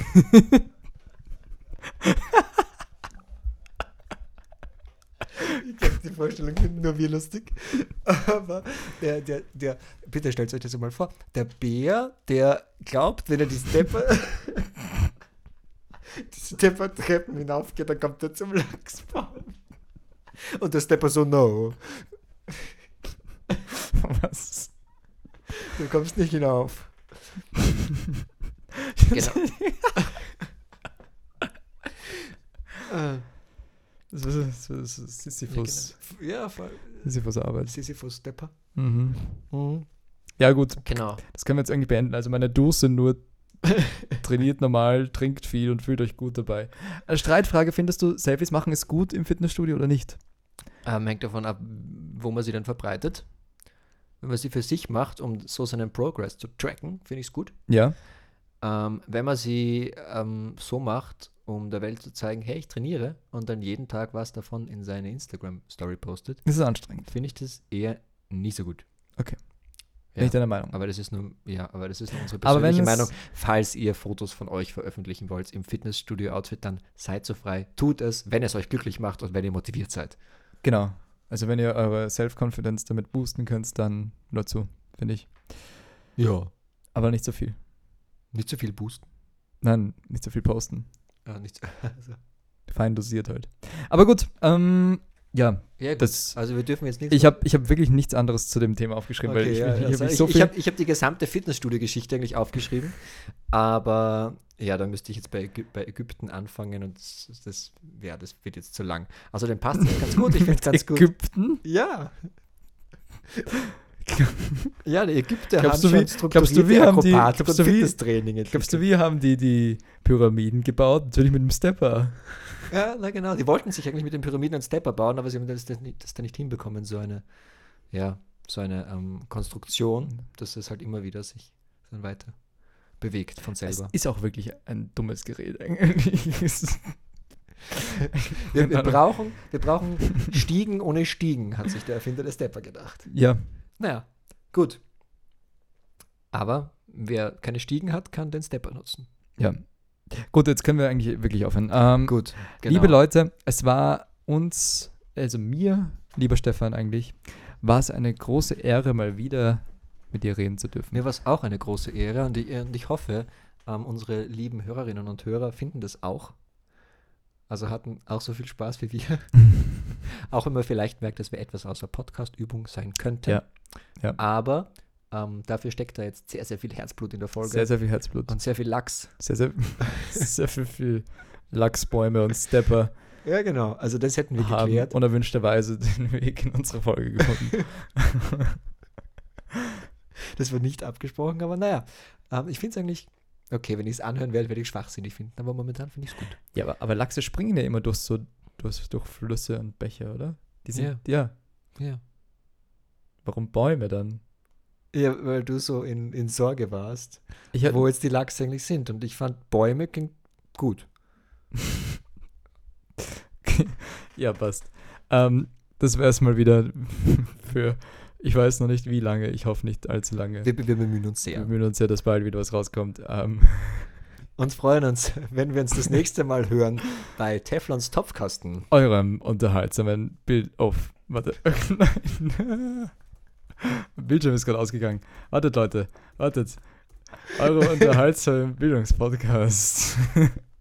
[SPEAKER 2] Ich glaub, die Vorstellung finden nur wir lustig. Aber der, der, der, bitte stellt euch das mal vor. Der Bär, der glaubt, wenn er die Stepper, die Stepper-Treppen hinaufgeht, dann kommt er zum Lachsbaum. Und der Stepper so, no,
[SPEAKER 1] Was?
[SPEAKER 2] du kommst nicht hinauf. Genau. Äh,
[SPEAKER 1] Das ist, das ist Sisyphus,
[SPEAKER 2] Ja, voll.
[SPEAKER 1] Sisyphus Arbeit.
[SPEAKER 2] Sisyphus Stepper.
[SPEAKER 1] Mhm. Ja gut,
[SPEAKER 2] Genau.
[SPEAKER 1] das können wir jetzt irgendwie beenden. Also meine Duos sind nur trainiert normal, trinkt viel und fühlt euch gut dabei. Eine Äh, Streitfrage, findest du, Selfies machen ist gut im Fitnessstudio oder nicht?
[SPEAKER 2] Ähm, hängt davon ab, wo man sie dann verbreitet. Wenn man sie für sich macht, um so seinen Progress zu tracken, finde ich es gut.
[SPEAKER 1] Ja.
[SPEAKER 2] Ähm, wenn man sie ähm, so macht, um der Welt zu zeigen, hey, ich trainiere und dann jeden Tag was davon in seine Instagram-Story postet,
[SPEAKER 1] Das ist anstrengend.
[SPEAKER 2] finde ich das eher nicht so gut.
[SPEAKER 1] Bin
[SPEAKER 2] Ja.
[SPEAKER 1] ich deiner Meinung.
[SPEAKER 2] Aber das ist nur, ja, aber das ist nur unsere
[SPEAKER 1] Aber wenn
[SPEAKER 2] persönliche
[SPEAKER 1] es-
[SPEAKER 2] Meinung. Falls ihr Fotos von euch veröffentlichen wollt im Fitnessstudio-Outfit, dann seid so frei. Tut es, wenn es euch glücklich macht und wenn ihr motiviert seid.
[SPEAKER 1] Genau. Also wenn ihr eure Self-Confidence damit boosten könnt, dann nur zu, finde ich.
[SPEAKER 2] Ja.
[SPEAKER 1] Aber nicht so viel.
[SPEAKER 2] Nicht zu viel boosten.
[SPEAKER 1] Nein, nicht so viel posten.
[SPEAKER 2] Ja, nicht, also.
[SPEAKER 1] Fein dosiert halt. Aber gut, ähm, ja,
[SPEAKER 2] ja gut.
[SPEAKER 1] das...
[SPEAKER 2] Also wir dürfen jetzt nicht.
[SPEAKER 1] Ich habe ich hab wirklich nichts anderes zu dem Thema aufgeschrieben, weil ich,
[SPEAKER 2] ja,
[SPEAKER 1] mich- ich, hab
[SPEAKER 2] also
[SPEAKER 1] mich
[SPEAKER 2] ich,
[SPEAKER 1] so
[SPEAKER 2] ich
[SPEAKER 1] viel...
[SPEAKER 2] habe ich hab die gesamte Fitnessstudio-Geschichte eigentlich aufgeschrieben, aber ja, da müsste ich jetzt bei, Ägyp bei Ägypten anfangen und das, das, ja, das wird jetzt zu lang. Also dann passt es ganz gut, ich finde es ganz gut.
[SPEAKER 1] Ägypten?
[SPEAKER 2] Ja. ja, die Ägypter
[SPEAKER 1] Glaubst du,
[SPEAKER 2] haben
[SPEAKER 1] wir-
[SPEAKER 2] schon
[SPEAKER 1] glaubst du, wir
[SPEAKER 2] strukturierte
[SPEAKER 1] haben die-
[SPEAKER 2] Akrobatik
[SPEAKER 1] glaubst
[SPEAKER 2] und
[SPEAKER 1] du, wir-
[SPEAKER 2] Fitnesstraining
[SPEAKER 1] Glaubst du,
[SPEAKER 2] entwickelt.
[SPEAKER 1] wir haben die, die Pyramiden gebaut? Natürlich mit dem Stepper.
[SPEAKER 2] Ja, na genau, die wollten sich eigentlich mit den Pyramiden einen Stepper bauen, aber sie haben das, das, nicht, das da nicht hinbekommen, so eine, ja, so eine ähm, Konstruktion, dass es halt immer wieder sich dann weiter bewegt von
[SPEAKER 1] Es
[SPEAKER 2] selber.
[SPEAKER 1] ist auch wirklich ein dummes Gerät eigentlich. Es ist-
[SPEAKER 2] Wir, wir,
[SPEAKER 1] Keine Ahnung.
[SPEAKER 2] brauchen, wir brauchen Stiegen ohne Stiegen, hat sich der Erfinder des Stepper gedacht.
[SPEAKER 1] ja,
[SPEAKER 2] Naja, gut. Aber wer keine Stiegen hat, kann den Stepper nutzen.
[SPEAKER 1] ja. Gut, jetzt können wir eigentlich wirklich aufhören. Ähm,
[SPEAKER 2] Gut,
[SPEAKER 1] Liebe Leute, es war uns, also mir, lieber Stefan eigentlich, war es eine große Ehre, mal wieder mit dir reden zu dürfen.
[SPEAKER 2] Mir war es auch eine große Ehre und ich, und ich hoffe, ähm, unsere lieben Hörerinnen und Hörer finden das auch. Also hatten auch so viel Spaß wie wir. auch wenn man vielleicht merkt, dass wir etwas außer Podcast-Übung sein könnten.
[SPEAKER 1] Ja. Ja.
[SPEAKER 2] Aber ähm, dafür steckt da jetzt sehr, sehr viel Herzblut in der Folge
[SPEAKER 1] Sehr, sehr viel Herzblut.
[SPEAKER 2] und sehr viel Lachs.
[SPEAKER 1] Sehr, sehr, sehr viel, viel Lachsbäume und Stepper
[SPEAKER 2] Ja, genau. Also das hätten wir
[SPEAKER 1] haben
[SPEAKER 2] geklärt.
[SPEAKER 1] unerwünschterweise den Weg in unsere Folge gefunden.
[SPEAKER 2] Das wird nicht abgesprochen, aber naja. Ähm, ich finde es eigentlich, okay, wenn ich es anhören werde, werde ich schwachsinnig finden, aber momentan finde ich es gut.
[SPEAKER 1] ja, aber, aber Lachse springen ja immer durch so durch, durch Flüsse und Bäche, oder? Die sind,
[SPEAKER 2] Ja.
[SPEAKER 1] ja.
[SPEAKER 2] Ja.
[SPEAKER 1] Warum Bäume dann?
[SPEAKER 2] Ja, weil du so in, in Sorge warst.
[SPEAKER 1] Ich hab-
[SPEAKER 2] wo jetzt die Lachse eigentlich sind. Und ich fand Bäume klingt gut.
[SPEAKER 1] Ja, passt. Ähm, das wäre es mal wieder für, ich weiß noch nicht wie lange, ich hoffe nicht allzu lange.
[SPEAKER 2] Wir, wir bemühen uns
[SPEAKER 1] Wir
[SPEAKER 2] sehr.
[SPEAKER 1] bemühen uns ja, dass bald wieder was rauskommt. Ähm,
[SPEAKER 2] Und freuen uns, wenn wir uns das nächste Mal hören bei Teflons Topfkasten.
[SPEAKER 1] eurem unterhaltsamen Bild. Oh, warte. Nein. Bildschirm ist gerade ausgegangen. Wartet, Leute. Wartet. Eure unterhaltsamen Bildungspodcast.